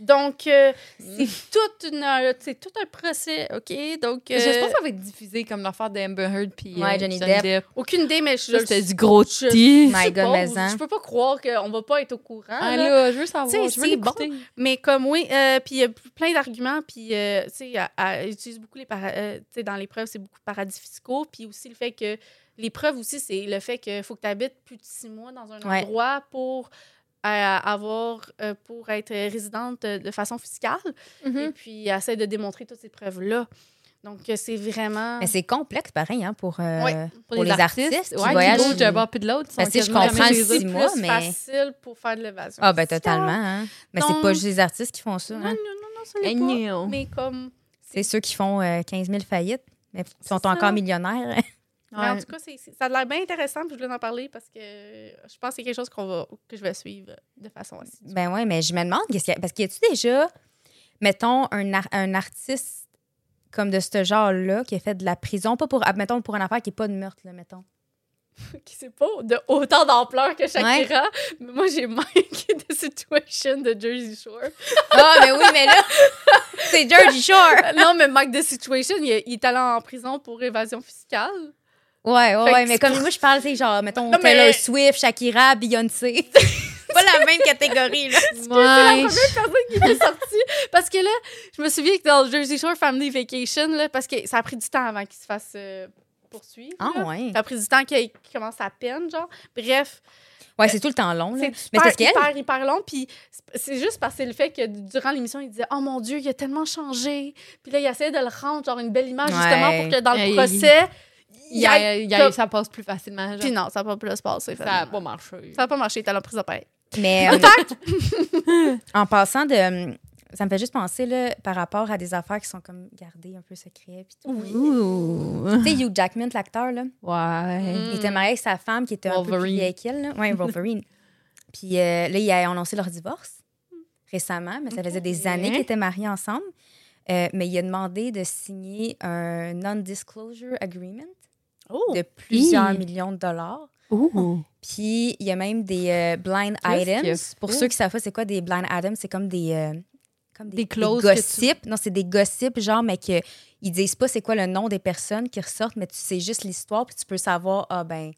Donc, euh, c'est tout, une, euh, c'est tout un procès, OK? Donc, euh,
Je pense que ça va être diffusé comme l'affaire d'Amber Heard puis
Ouais,
euh,
Johnny Depp.
aucune idée, mais je,
Ça,
je,
C'était euh, du gros
je-
tea.
My God,
suppose,
mais hein.
je peux pas croire qu'on va pas être au courant.
Ah,
là.
là, je veux savoir.
Tu sais,
Je veux
c'est
l'écouter.
Mais comme oui, euh, puis il y a plein d'arguments, puis euh, tu sais, elle- elle utilise beaucoup les para- euh, tu sais, dans les preuves, c'est beaucoup de paradis fiscaux, puis aussi le fait que les preuves aussi, c'est le fait qu'il faut que tu habites plus de six mois dans un
Ouais.
endroit pour euh, avoir euh, pour être résidente euh, de façon fiscale, et
Mhm.
puis elle essaie de démontrer toutes ces preuves là. Donc euh, c'est vraiment
Mais c'est complexe, pareil, hein, pour... euh,
Ouais.
Pour les artistes qui
ouais, qui
voyagent.
bougent d'un bord puis de l'autre. ils
Ben,
sont
si, je
quasiment
comprends
jamais
le
chez eux.
c'est
six
plus
mois, mais-
facile pour faire de l'évasion.
Ah, ben
fiscale.
totalement, hein. Mais c'est
Donc-
pas juste les artistes qui font ça,
Non,
hein.
non, non, non, ça l'est
Eh,
pas.
non.
Mais comme
C'est ceux qui font euh, 15 000 faillites, mais sont
ça.
encore millionnaires.
Mais en
Ouais.
tout cas, c'est- c'est- ça a l'air bien intéressant, puis je voulais en parler parce que je pense que c'est quelque chose qu'on va, que je vais suivre de façon assidue.
ben ouais, mais je me demande, qu'est-ce qu'il y a- parce qu'il y a-tu déjà, mettons, un, ar- un artiste comme de ce genre-là qui a fait de la prison, pas pour, ah, mettons, pour une affaire qui n'est pas de meurtre, là, mettons.
Qui c'est pas de autant d'ampleur que Shakira, mais moi j'ai manqué de Situation de Jersey Shore.
Ah, mais oui, mais là, c'est Jersey Shore!
Euh, non, mais Mike de Situation, il, est- il est allé en prison pour évasion fiscale.
Ouais, ouais,
Fait
ouais,
que
mais
c'est
comme
pour-
moi, je parle, c'est genre, mettons,
Non, mais-
Taylor Swift, Shakira, Beyoncé. C'est pas la même catégorie, là.
C'est
Ouais.
la première personne qui m'est sortie. Parce que là, je me souviens que dans le Jersey Shore Family Vacation, là, parce que ça a pris du temps avant qu'il se fasse euh, poursuivre.
Ah,
là.
ouais.
Ça a pris du temps qu'il commence à peine, genre. Bref,
Ouais, c'est tout le temps long, là.
C'est
Mais
super,
parce qu'elle,
hyper, hyper long. Puis c'est- c'est juste parce que c'est le fait que durant l'émission, il disait Oh mon Dieu, il a tellement changé. Puis là, il essayait de le rendre, genre une belle image, justement,
Ouais.
pour que dans le
Hey.
procès, il
Il y a- il y a-
comme-
Ça passe plus facilement. genre.
Puis non, ça n'a pas pu se passer.
Ça n'a
finalement.
pas marché.
Ça n'a pas marché, t'as la prise de paix.
Mais euh, en passant de. hum, Ça me fait juste penser là, par rapport à des affaires qui sont comme gardées un peu secrètes. puis tout.
Ouh.
Tu sais, Hugh Jackman, l'acteur, là,
Ouais.
Mm.
il était marié avec sa femme qui était un peu plus
Wolverine.
vieille qu'elle. là. Ouais, Wolverine. Puis euh, là, ils a annoncé leur divorce récemment, mais ça faisait des
Ok.
années qu'ils étaient mariés ensemble. Euh, mais il a demandé de signer un non-disclosure agreement
Oh!
de plusieurs
Hi.
millions de dollars.
Ouh.
Puis il y a même des euh, blind
Qu'est-ce qu'il y a
items.
fait?
Pour ceux qui savent pas, c'est quoi des blind items? C'est comme des. euh, comme
Des clauses que tu-
gossips. Non, c'est des gossips, genre, mais que ils disent pas c'est quoi le nom des personnes qui ressortent, mais tu sais juste l'histoire, puis tu peux savoir, ah ben,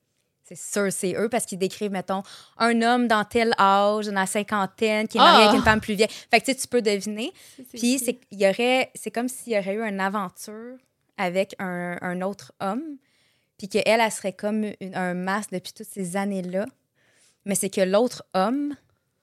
c'est sûr, c'est eux, parce qu'ils décrivent, mettons, un homme dans tel âge, dans la cinquantaine, qui est marié
Ah!
avec une femme plus vieille. Fait que tu sais, tu peux deviner. Puis c'est il y aurait c'est comme s'il y aurait eu une aventure avec un, un autre homme puis que elle, elle serait comme une- un masque depuis toutes ces années-là. Mais c'est que l'autre homme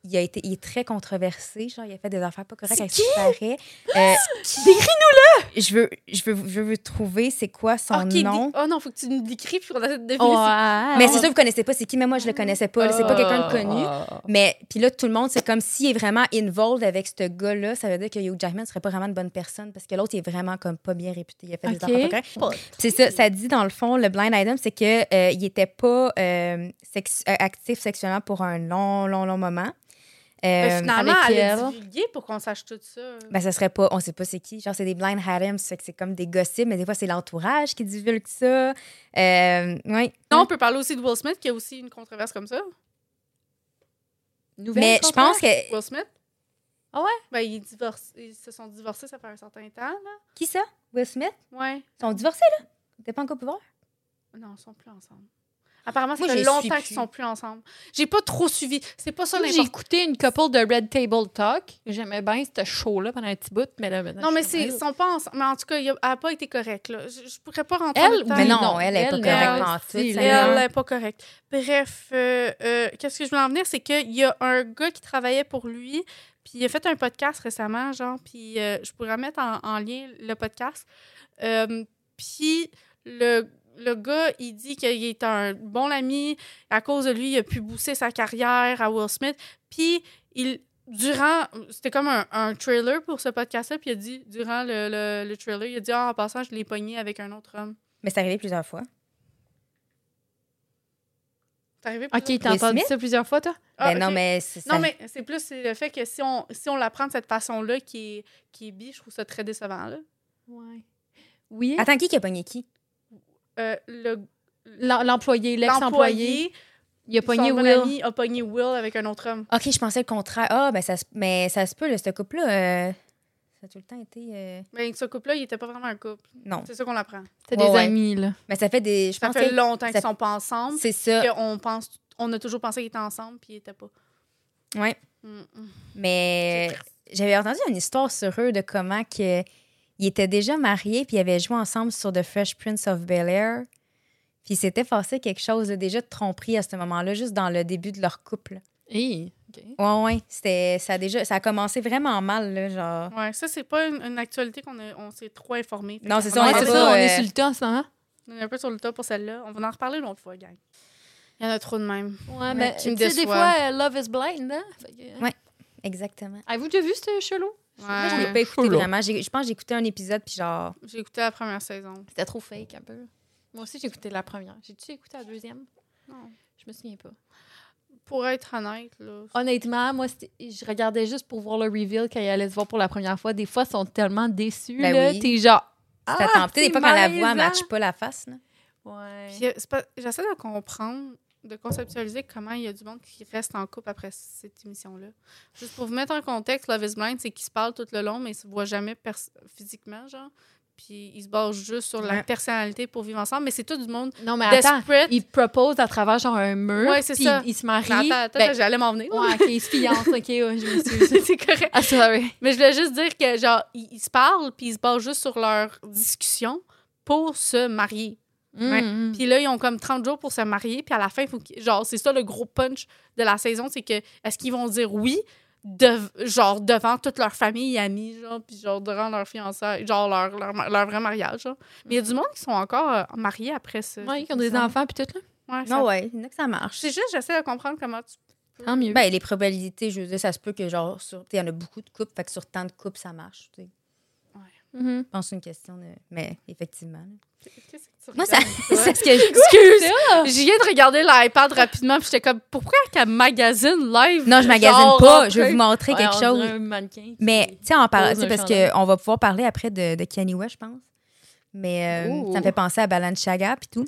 il a été il est très controversé, genre il a fait des affaires pas correctes
C'est
avec ce qui paraît. Euh,
Décris-nous.
je veux je veux je veux trouver c'est quoi son
Ok,
nom.
dis- Oh non, faut que tu nous décris, puis on essaie de deviner.
Ah, Ouais.
Mais c'est sûr vous connaissez pas c'est qui mais moi je le connaissais pas, là, c'est pas quelqu'un de connu.
Ah.
Mais puis là, tout le monde, c'est comme s'il est vraiment involved avec ce gars-là, ça veut dire que Hugh Jackman ne serait pas vraiment une bonne personne parce que l'autre il est vraiment comme pas bien réputé. Il a fait
Ok.
des affaires pas correctes. Puis C'est ça, ça dit dans le fond, le blind item, c'est qu'il euh, n'était pas euh, sex- euh, actif sexuellement pour un long, long, long moment.
Mais Ben, finalement,
avec
elle
elle.
est divulguée pour qu'on sache tout ça.
Ben, ça serait pas, on sait pas c'est qui. Genre, c'est des blind items, fait que c'est comme des gossips, mais des fois, c'est l'entourage qui divulgue ça. Euh, oui.
non, on peut parler aussi de Will Smith, qui a aussi une controverse comme ça.
Nouvelle
mais je
contraire.
pense que.
Will Smith.
Ah ouais?
Ben, ils, divorcent- ils se sont divorcés, ça fait un certain temps, là.
Qui ça? Will Smith?
Ouais.
Ils sont divorcés, là? T'es pas encore pu voir?
Non, ils sont plus ensemble. Apparemment, ça
Moi, je
fait
les suis
longtemps
plus.
qu'ils sont plus ensemble. J'ai pas trop suivi. C'est pas ça
Moi, J'ai
l'important.
écouté une couple de Red Table Talk. J'aimais bien ce show-là pendant un petit bout, mais là, maintenant,
Non, mais
je suis
c'est- ils
comme,
sont pas ensemble. Mais en tout cas, il a- elle a pas été correcte, là. Je, je pourrais pas rentrer
Elle,
en détail.
Mais
oui,
Ah, non, elle est pas correcte
elle,
en tout,
si,
ça,
là.
Elle n'est pas correcte. Bref, euh, euh, qu'est-ce que je voulais en venir, c'est qu'il y a un gars qui travaillait pour lui, puis il a fait un podcast récemment, genre, puis euh, je pourrais mettre en, en lien le podcast. Euh, puis le, le gars, il dit qu'il est un bon ami. À cause de lui, il a pu booster sa carrière à Will Smith. Puis il... Durant, c'était comme un, un trailer pour ce podcast-là, puis il a dit, durant le, le, le trailer, il a dit Ah, en passant, je l'ai pogné avec un autre homme.
Mais c'est arrivé plusieurs fois.
T'es arrivé pour
OK,
ça?
t'as
Will
entendu
Smith?
ça plusieurs fois, toi?
Ah,
ben non,
ok.
mais c'est ça.
Non, mais c'est plus c'est le fait que si on, si on l'apprend de cette façon-là qui est, qui est bi, je trouve ça très décevant. Là.
Ouais. Oui.
Attends, qui qui a pogné qui?
Euh, le-
L'em- L'employé, l'ex-employé,
L'employé,
il a pogné
son bon
Will.
ami a pogné Will avec un autre homme.
OK, je pensais le contraire. Ah, ben ça, se- mais ça se peut, là, ce couple-là. euh, ça a tout le temps été. euh,
Mais ce couple-là, il n'était pas vraiment un couple.
Non.
C'est ça qu'on apprend.
C'est
Ouais,
des
ouais.
amis, là.
Mais ça fait des. Je
Ça
pense
fait
que
longtemps
ça-
qu'ils sont pas ensemble.
c'est ça.
qu'on pense, on a toujours pensé qu'ils étaient ensemble, puis ils n'étaient pas.
Ouais.
Mm, mm.
Mais j'avais entendu une histoire sur eux de comment que ils étaient déjà mariés puis ils avaient joué ensemble sur The Fresh Prince of Bel Air. Puis il s'était passé quelque chose là, déjà de tromperie à ce moment-là, juste dans le début de leur couple.
Hey, OK.
Ouais, ouais, c'était ça a déjà ça a commencé vraiment mal là, genre.
Ouais, ça, c'est pas une, une actualité qu'on a- on s'est trop informé. Fait
Non,
qu'on
c'est
en
ça, on
a
Ouais,
était
c'est
parlé-
ça, hein?
pas,
on est
euh,
sur le temps en ce moment.
on est un peu sur le tas pour celle-là. On va en reparler une autre fois, gang. Il y en a trop de même.
Ouais, mais
tu
tu
me
sais, des
déçois.
fois, euh, Love is blind, hein? Fait que-
Exactement.
Avez-vous déjà vu ce chelou?
Moi, je
Ouais.
l'ai pas écouté
Chelou.
vraiment. J'ai- Je pense que j'ai écouté un épisode puis genre
J'ai écouté la première saison.
C'était trop fake un peu. Moi aussi, j'ai écouté la première. J'ai-tu écouté la deuxième?
Non.
Je me souviens pas.
Pour être honnête, là.
Honnêtement, moi, c'était- je regardais juste pour voir le reveal quand il allait se voir pour la première fois. Des fois, ils sont tellement déçus.
Ben
là,
oui.
T'es genre. Ah,
c'était tenté des
c'est
fois quand la voix
malaisant.
matche pas la face là.
Ouais.
Puis, euh, c'est pas- J'essaie de comprendre, de conceptualiser comment il y a du monde qui reste en couple après cette émission-là. Juste pour vous mettre en contexte, Love is Blind, c'est qu'ils se parlent tout le long, mais ils se voient jamais pers- physiquement, genre. Puis ils se basent juste sur la
Ouais.
personnalité pour vivre ensemble, mais c'est tout du monde
euh, Non, mais attends.
desperate.
Ils proposent à travers genre un mur.
Ouais, c'est
puis
ça.
Ils se marient.
Mais Attends, attends,
Ben,
j'allais m'en venir.
ouais, ok, ils se fiancent. Ok, ouais, je me suis.
c'est correct.
Ah, sorry.
Mais je voulais juste dire que, genre, ils, ils se parlent, puis ils se basent juste sur leur discussion pour se marier.
Ouais.
Mm, mm.
Puis là, ils ont comme 30 jours pour se marier. Puis à la fin, il faut qu'ils- genre, c'est ça le gros punch de la saison, c'est que est-ce qu'ils vont dire oui, de- genre devant toute leur famille et amis, genre, puis genre devant leur fiançailles, genre leur, leur, ma- leur vrai mariage. genre. Mais il y a du monde qui sont encore euh, mariés après ça.
Ouais, ils ont des enfants, puis tout, là.
Ouais, ça-
Non ouais, il y en a que ça marche.
C'est juste, j'essaie de comprendre comment tu.
Tant mieux.
Ben, les probabilités, je veux dire, ça se peut que, genre, sur. tu sais, Il y en a beaucoup de couples, fait que sur tant de couples, ça marche. tu sais.
Mhm.
Je pense que c'est une question de. Mais effectivement. là.
Qu'est-ce que tu
Moi, ça,
regardes, toi?
c'est ce que je.
Excuse! Je viens de regarder l'iPad rapidement, puis j'étais comme, pourquoi qu'elle magazine live?
Non, je magasine
genre,
pas.
rentrée?
Je vais vous montrer
Ouais,
quelque
on
chose.
dirait un mannequin.
Mais, tu sais, en parlant.
Pose
tu sais,
un
parce
chandail.
qu'on va pouvoir parler après de, de Kanye West, je pense. Mais euh,
Ouh.
ça me fait penser à Balenciaga, puis tout.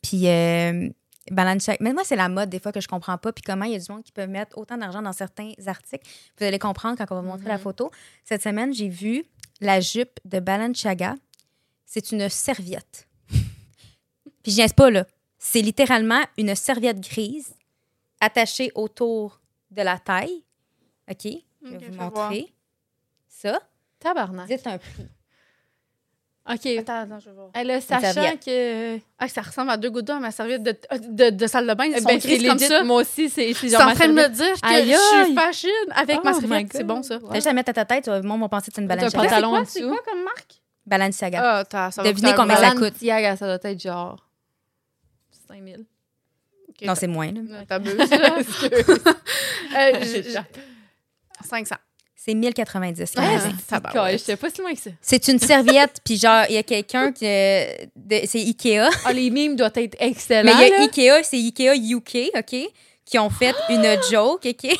Puis. Euh, Balenciaga. Mais moi, c'est la mode des fois que je comprends pas. Puis comment il y a du monde qui peut mettre autant d'argent dans certains articles. Vous allez comprendre quand on va montrer la
Mhm.
photo. Cette semaine, j'ai vu la jupe de Balenciaga. C'est une serviette. Puis je niaise pas, là. C'est littéralement une serviette grise attachée autour de la taille. OK? Je vais
Ok, je
vous
vais
montrer. Ça,
Tabarnak.
dites un prix.
OK.
Attends, attends, je vais voir.
Elle a sachant
serviette.
que.
Ah, ça ressemble à deux gouttes d'eau à ma serviette de, euh, de, de salle de bain. Ils sont
Ben, c'est
grises comme
legit,
ça.
Moi aussi, c'est c'est
T'es
genre
en
ma
train de me
serviette.
dire que
Aïe,
je
aïe.
suis fashion avec
Oh
ma
my
serviette. C'est
God.
bon, ça.
T'as juste à mettre à ta tête, tu vas- moi, on va penser que c'est une
T'as un
Balenciaga.
pantalon en
c'est
dessous.
quoi comme marque?
Balenciaga.
Ah, t'as- ça va
Devinez
coûter un
combien
bras.
ça coûte.
Balenciaga, ça doit être genre 5000.
Ok,
non, c'est moins, là.
t'as- T'abuses, là. Euh, j- j- 500.
1090
Ah,
canadiens.
tabarouette.
Je J'étais pas si loin que ça.
C'est une serviette, puis genre, il y a quelqu'un qui. euh, de- c'est Ikea.
Ah, les mimes doivent être excellents.
Mais il y a
là.
Ah!
Ikea, c'est Ikea UK, OK? Qui ont fait une joke, OK?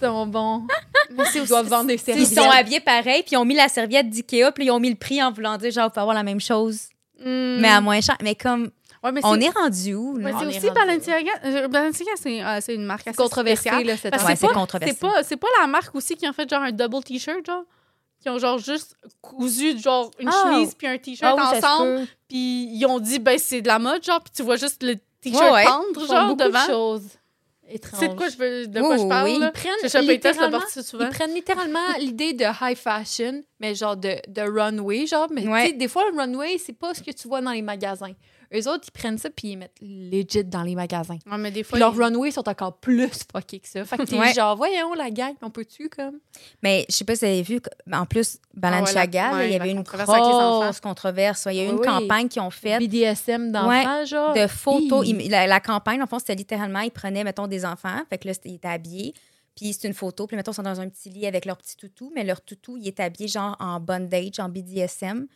sont bons.
Mais c'est
Ils
aussi-
doivent vendre des
Ils
serviettes.
sont habillés pareil, puis ils ont mis la serviette d'Ikea, puis ils ont mis le prix en voulant dire, genre, on peut avoir la même chose,
Hmm.
mais à moins cher. Mais comme,
Ouais, mais
on
c'est-
est rendu où, là?
ouais,
on
c'est
est
aussi
rendu là.
Balenciaga. Euh, Balenciaga, c'est euh, c'est une marque assez
controversés,
spéciale.
là, cette
Parce que
Ouais, Ben,
affaire.
c'est
pas-
controversé.
C'est pas, c'est pas la marque aussi qui ont fait genre un double t-shirt, genre? Qui ont genre juste cousu genre une
Ah.
chemise puis un
Ah
t-shirt
oui, ça se
ensemble.
peut.
Puis ils ont dit, ben c'est de la mode, genre. Puis tu vois juste le t-shirt
Ouais, ouais.
pendre,
Ils font
genre,
beaucoup de
devant.
choses étranges.
C'est de quoi je, veux, de
Oui,
quoi je parle,
oui.
là?
Ils prennent
J'ai chopé les tests, je l'ai
littéralement-
porté souvent.
Ils prennent littéralement l'idée de high fashion, mais genre de, de runway, genre. Mais
Ouais.
tu sais, des fois, le runway, c'est pas ce que tu vois dans les magasins. Eux autres, ils prennent ça puis ils mettent legit dans les magasins.
Ouais, mais des
Puis
fois,
leurs
ils-
runways sont encore plus fuckés que ça. Fait que t'es
Ouais.
genre, voyons, la gang, on peut-tu, comme...
Mais je sais pas si vous avez vu, que- en plus, Balenciaga,
Ah ouais, la-
là, il y
ouais,
avait
la
une Oh,
controverse avec les enfants.
grosse controverse. ouais. Il y a eu
Oui,
une
oui.
campagne qu'ils ont faite
BDSM d'enfants, genre.
de photos.
Hi.
Il- la, la campagne, en fond, c'était littéralement, ils prenaient, mettons, des enfants. Fait que là, c'était- ils étaient habillés. Puis c'est une photo. Puis, mettons, ils sont dans un petit lit avec leur petit toutou. Mais leur toutou, il est habillé, genre, en bondage, en BDSM.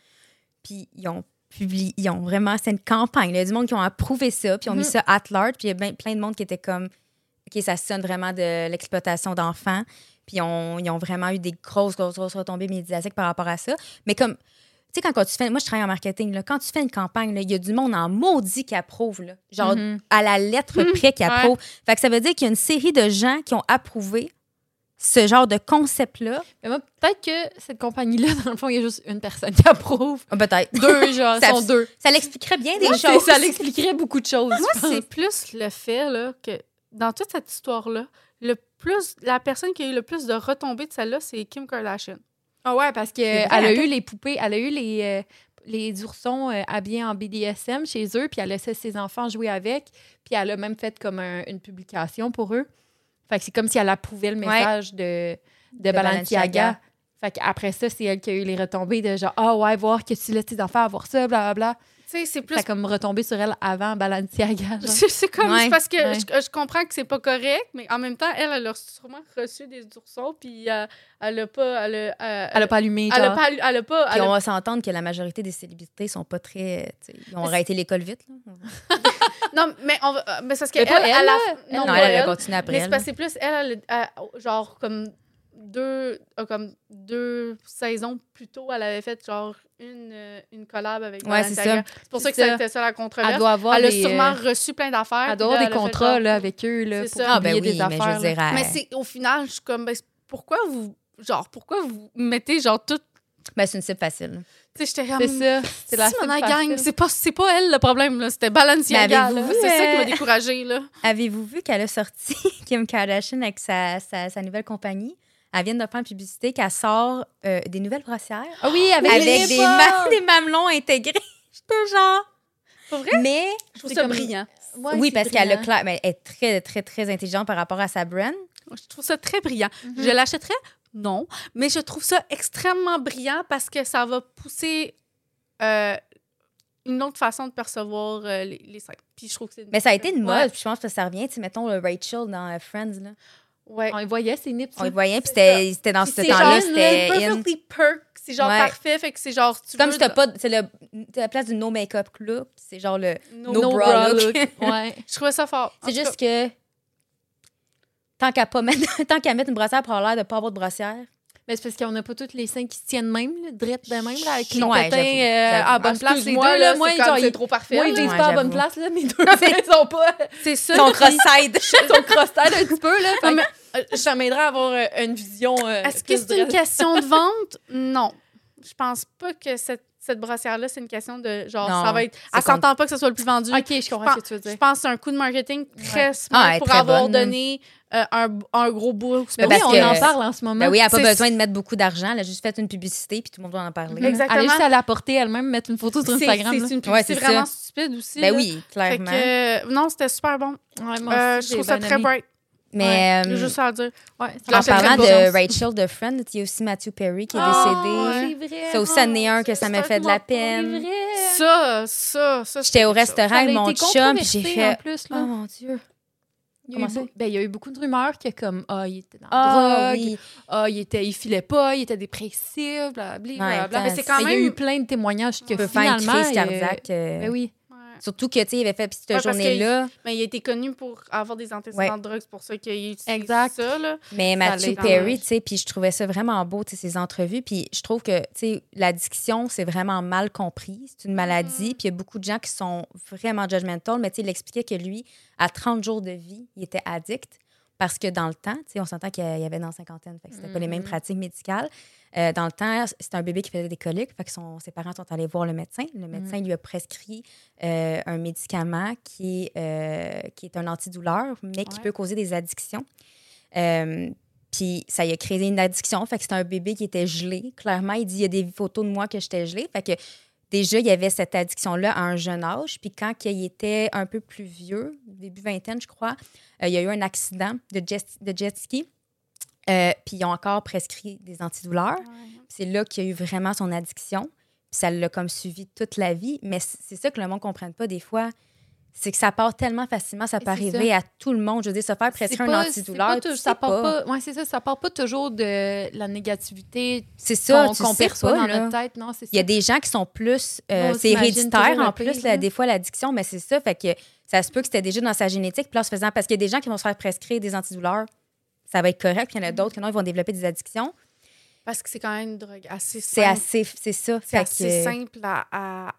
Puis ils ont publié, ils ont vraiment, c'est une campagne. là. Il y a du monde qui ont approuvé ça. Puis ils ont mis
Mhm.
Mm-hmm.
ça at large. Puis il y a ben- plein de monde qui était comme, OK, ça sonne vraiment de l'exploitation d'enfants. Puis ils ont, ils ont vraiment eu des grosses, grosses, grosses retombées médiatiques par rapport à ça. Mais comme, tu sais, quand, quand tu fais. Moi, je travaille en marketing. Là, quand tu fais une campagne, là, il y a du monde en maudit qui approuve. là. genre,
Mhm.
à la lettre près qui
Mm-hmm. ouais.
approuve. Fait que ça veut dire qu'il y a une série de gens qui ont approuvé ce genre de concept-là.
Mais moi, peut-être que cette compagnie-là, dans le fond, il y a juste une personne qui approuve.
Ah, Peut-être.
Deux, genre,
Ça-
sont deux.
Ça l'expliquerait bien des
Moi, c'est-
choses.
Ça l'expliquerait beaucoup de choses.
Moi, c'est plus le fait là, que dans toute cette histoire-là, le plus, la personne qui a eu le plus de retombées de celle-là, c'est Kim Kardashian.
Ah ouais, parce que
C'est
elle
vrai,
a
ok.
eu les poupées, elle a eu les, euh, les oursons euh, habillés en BDSM chez eux, puis elle laissait ses enfants jouer avec, puis elle a même fait comme un- une publication pour eux. Fait que c'est comme si elle approuvait le
Ouais.
message de, de,
De
Balenciaga.
Balenciaga.
Fait qu'après ça, c'est elle qui a eu les retombées de genre, ah ouais, voir que tu laisses tes enfants avoir ça, blablabla.
Tu sais, c'est plus.
Ça a comme retombé sur elle avant Balenciaga. genre.
C'est c'est comme.
Ouais,
c'est parce que
ouais.
je, je comprends que c'est pas correct, mais en même temps, elle, elle a sûrement reçu des oursons, puis euh, elle a pas. Elle a, euh,
Elle a pas allumé.
elle a
genre.
pas. Elle a pas.
Puis
elle a-
on va s'entendre que la majorité des célébrités sont pas très. tu sais, Ils ont arrêté l'école vite. là.
Non, mais, on va- euh, mais c'est parce
Mais
qu'elle,
pas
elle,
elle,
elle, a-
là. Elle,
non,
Non,
pas
elle, elle a
elle.
continué après.
Mais c'est
elle.
parce que c'est plus, elle, elle a- elle- genre, comme deux, euh, comme deux saisons plus tôt, elle avait fait, genre, une, euh, une collab avec
Ouais, c'est
Balenciaga. C'est pour
C'est
ça que ça
ça.
a été ça, la controverse.
Elle
Elle,
doit avoir
a
des,
sûrement
euh,
reçu plein d'affaires.
elle
puis
doit avoir
là,
des
elle a fait
contrats
genre-
là, avec eux là,
C'est
pour
ça.
Ah, ben
publier
oui,
des
mais je
affaires.
veux
là.
dire. elle-
Mais c'est, au final, je suis comme, ben, c'est- pourquoi vous, genre, pourquoi vous mettez, genre, tout...
Ben, c'est une cible facile.
Tu sais, j'étais
C'est
comme...
ça. C'est la
si, mon
seule
gang,
façon.
c'est pas, c'est pas elle le problème, là. C'était Balenciaga,
Mais
là.
avez-vous
C'est ça
vu,
qui m'a
euh,
découragée, là.
Avez-vous vu qu'elle a sorti Kim Kardashian avec sa, sa, sa nouvelle compagnie? Elle vient de faire une publicité qu'elle sort euh, des nouvelles brassières
Ah oui, avec,
avec des, ma- des mamelons intégrés. J'étais genre.
Pour vrai?
Mais
Je trouve
c'est
ça
comme-
brillant.
oui, parce qu'elle a clair, mais elle est très, très, très intelligente par rapport à sa brand.
Je trouve ça très brillant. Je
Mm.
l'achèterais? Non. Mais je trouve ça extrêmement brillant parce que ça va pousser euh, une autre façon de percevoir euh, les, les scènes. Puis je trouve que c'est...
Mais ça a été une mode,
Ouais.
puis je pense que ça revient. Tu sais, mettons le Rachel dans euh, Friends, là.
Ouais.
On les voyait, c'est nips.
On le
là.
voyait, puis
C'est
c'était c'était dans
Puis
ce
c'est genre,
temps-là, c'était
le
in.
perfectly perk, c'est genre
Ouais.
parfait, fait que c'est genre... Tu
C'est Comme
veux-
si t'as pas. C'est le- c'est la place du no make-up look, c'est genre le
No,
no,
no bra
bra, look.
Ouais.
Je trouvais ça fort. En
C'est
tout
juste que. Tant qu'à pas mettre, tant qu'à mettre une brassière pour avoir l'air de pas avoir de brassière.
Mais c'est parce qu'on n'a pas tous les seins qui se tiennent même, là, drette de même, là, avec les
Ouais,
potins
j'avoue,
euh,
j'avoue.
à
cas,
bonne place. Les deux,
excuse-moi,
là, moi,
c'est
genre,
comme,
ils
c'est trop parfait.
moi, ils
là.
disent
Ouais,
pas à
j'avoue.
bonne place, là, mes deux seins sont pas.
C'est ça.
Ton cross-side.
Ils sont cross-tête un petit peu, là. Fait
Non,
que, euh, ça m'aiderait à avoir euh, une vision. euh,
Est-ce que
plus
c'est une
drette.
question de vente? Non. Je pense pas que cette, cette brassière-là, c'est une question de genre,
Non,
ça va être. Elle
c'est con-
s'entend pas que ce soit le plus vendu.
Ok, je comprends ce que tu veux
Je
dire.
pense que c'est un coup de marketing très smart
Ah, elle est
pour
très
avoir
bonne.
donné euh, un, un gros boost.
Mais
Mais
oui,
parce
on
que-
en parle en ce moment.
Ben oui, elle n'a pas
C'est-
besoin de mettre beaucoup d'argent. Elle a juste fait une publicité, puis tout le monde va en parler.
Mhm. Exactement.
Elle a juste à la porter elle-même, mettre une photo sur
C'est-
Instagram. là.
C'est une
Ouais,
c'est
c'est
vraiment stupide aussi.
Ben
là.
oui,
Fait que,
clairement.
euh, non, c'était super bon.
Ouais, moi
Euh,
aussi,
je trouve
j'ai
ça
bien
très
aimé.
bright.
Mais
J'ai
euh,
juste ça à dire. Je
en
Ouais, ça m'a fait
l'achèterais
parlant
pour
de
ça.
Rachel de Friend, il y a aussi Matthew Perry qui est
Ah,
décédé.
ouais.
Ça aussi, c'en est Ah, un que ça m'a fait de la peine.
Ça, ça, ça.
J'étais au
quelque chose.
restaurant avec mon chum, puis j'ai fait.
plus,
Oh mon Dieu.
Il y, a eu
Comment ça?
beau- ben, il y a eu beaucoup de rumeurs que comme ah il était dans la
Ah
drogue,
oui.
ah il était il filait pas, il était dépressif, blablabla.
Ouais,
blablabla.
Mais c'est quand
Il y a eu
même.
plein de témoignages que
Tu peux faire une
finalement
crise
il-
cardiaque. euh,
Ben oui.
Ouais.
Surtout que, tu sais, il avait fait puis cette
Ouais, parce
journée-là.
Mais il a été connu pour avoir des antécédents
Ouais.
de drogue, c'est pour ça qu'il a utilisé
Exact.
ça. Là.
Mais
Ça
Matthew
l'est.
Perry, tu sais, puis je trouvais ça vraiment beau, tu sais, ses entrevues. Puis je trouve que, tu sais, l'addiction, c'est vraiment mal compris. C'est une
Mm-hmm.
maladie. Puis il y a beaucoup de gens qui sont vraiment judgmental. Mais tu sais, il expliquait que lui, à 30 jours de vie, il était addict. Parce que dans le temps, tu sais, on s'entend qu'il y avait dans la cinquantaine, fait que c'était pas les mêmes
Mhm.
pratiques médicales. Euh, dans le temps, c'était un bébé qui faisait des coliques, fait que son- ses parents sont allés voir le médecin. Le médecin lui a prescrit euh, un médicament qui est, euh, qui est un antidouleur, mais qui
Ouais.
peut causer des addictions. Euh, puis ça y a créé une addiction. Fait que c'était un bébé qui était gelé. Clairement, il dit il y a des photos de moi que j'étais gelée. Fait que déjà, il y avait cette addiction-là à un jeune âge. Puis quand il était un peu plus vieux, début vingtaine, je crois, euh, il y a eu un accident de jet, de jet ski. Euh, puis ils ont encore prescrit des antidouleurs. C'est là qu'il y a eu vraiment son addiction. Puis ça l'a comme suivi toute la vie. Mais c- c'est ça que le monde ne comprenne pas des fois. C'est que ça part tellement facilement, ça
Et
peut
c'est
arriver à tout le monde. Je veux dire, se faire
C'est
prescrire
pas-
un
c'est
antidouleur.
pas
tu
tou-
sais
ça part
pas.
pas. ouais, c'est ça, ça part pas toujours de la négativité
C'est ça,
qu'on
tu
qu'on
sais
perçoit
pas,
dans
là.
notre tête, non, c'est ça.
Il y a des gens qui sont plus. euh,
On
c'est
s'imagine
héréditaire
toujours le
en plus,
pire,
là,
là.
des fois, l'addiction, mais c'est ça. Fait que ça se peut que c'était déjà dans sa génétique. Puis là, en se faisant. Parce qu'il y a des gens qui vont se faire prescrire des antidouleurs, ça va être correct. Puis il y en
Mm-hmm.
a d'autres qui non, ils vont développer des addictions.
Parce que c'est quand même une drogue assez
C'est
simple.
assez. C'est ça.
C'est
Fait
assez
que,
simple à, à, à-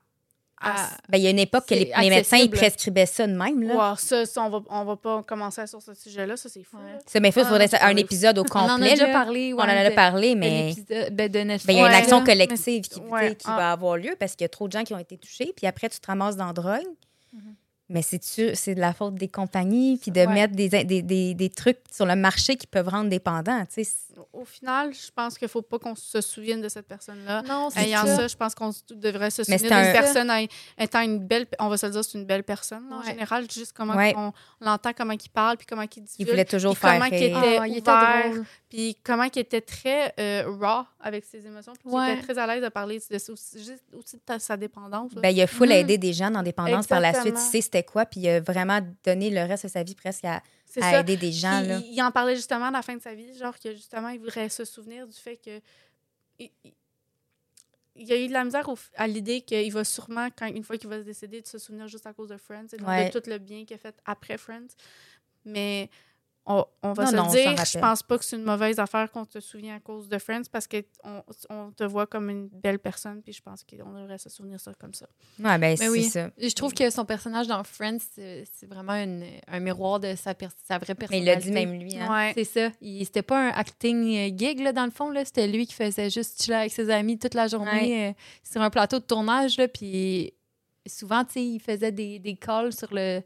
Ah,
ben, il y a une époque que les,
C'est
les médecins, ils
accessible.
prescribaient ça de même, là.
Ouah, ça, ça, on va, on va pas commencer sur ce sujet-là, ça c'est fou.
Ouais.
là.
Ça, mais il
Ah,
faudrait
c'est
un
ouf.
épisode au
on
complet.
en a déjà
là.
parlé.
On
ouais,
en a
de-
parlé,
de
mais.
l'épisode- ben, de Netflix.
Ben, il y a une
Ouais,
action
là.
collective qui, tu sais,
Ouais,
qui
ah.
va avoir lieu parce qu'il y a trop de gens qui ont été touchés. Puis après, tu te ramasses dans la drogue.
Mhm.
Mais c'est sûr- c'est de la faute des compagnies, puis de
Ouais.
mettre des, des, des, des trucs sur le marché qui peuvent rendre dépendants. tu sais. C'est-
Au final, je pense qu'il faut pas qu'on se souvienne de cette personne-là.
Non,
Ben,
c'est
Ayant
ça. Ah,
ça, je pense qu'on s- devrait se
Mais
souvenir d'une
c'est un-
personne ay- étant une belle... On va se le dire, c'est une belle personne. En
Ouais.
général, juste comment
Ouais.
on l'entend, comment il parle, puis comment il
Ils
divulgue.
voulaient toujours
Puis comment
faire
qu'il
rire.
était-
Ah, il était
ouvert.
drôle.
puis comment il était très euh, raw avec ses émotions, puis qu'il
Ouais.
était très à l'aise de parler de ça aussi, juste aussi de ta- sa dépendance. là.
Ben, il a full
Mhm.
aidé des gens en dépendance par la suite.
Exactement.
Il sait c'était quoi, puis il a vraiment donné le reste de sa vie presque à,
c'est
à
ça.
aider des gens.
Puis
là.
Il, il en parlait justement à la fin de sa vie, genre que justement, il voudrait se souvenir du fait que. Il, il- il y a eu de la misère au- à l'idée qu'il va sûrement, quand, une fois qu'il va se décéder, de se souvenir juste à cause de Friends et donc
Ouais.
de tout le bien qu'il a fait après Friends. Mais on, on va
Non,
se
non, on
le
s'en
dire, je
rappelle.
pense pas que c'est une mauvaise affaire qu'on te souvienne à cause de Friends parce qu'on on te voit comme une belle personne, puis je pense qu'on devrait se souvenir ça comme ça.
Ouais, ben, c'est
oui.
ça.
Je trouve que son personnage dans Friends, c'est c'est vraiment une- un miroir de sa, pers- sa vraie
Mais il
personnalité.
l'a dit même lui. hein.
Ouais.
C'est ça. Il- C'était pas un acting euh, gig, là, dans le fond. là. C'était lui qui faisait juste chiller avec ses amis toute la journée euh, sur un plateau de tournage. Là, puis souvent, tu sais, il faisait des, des calls sur le,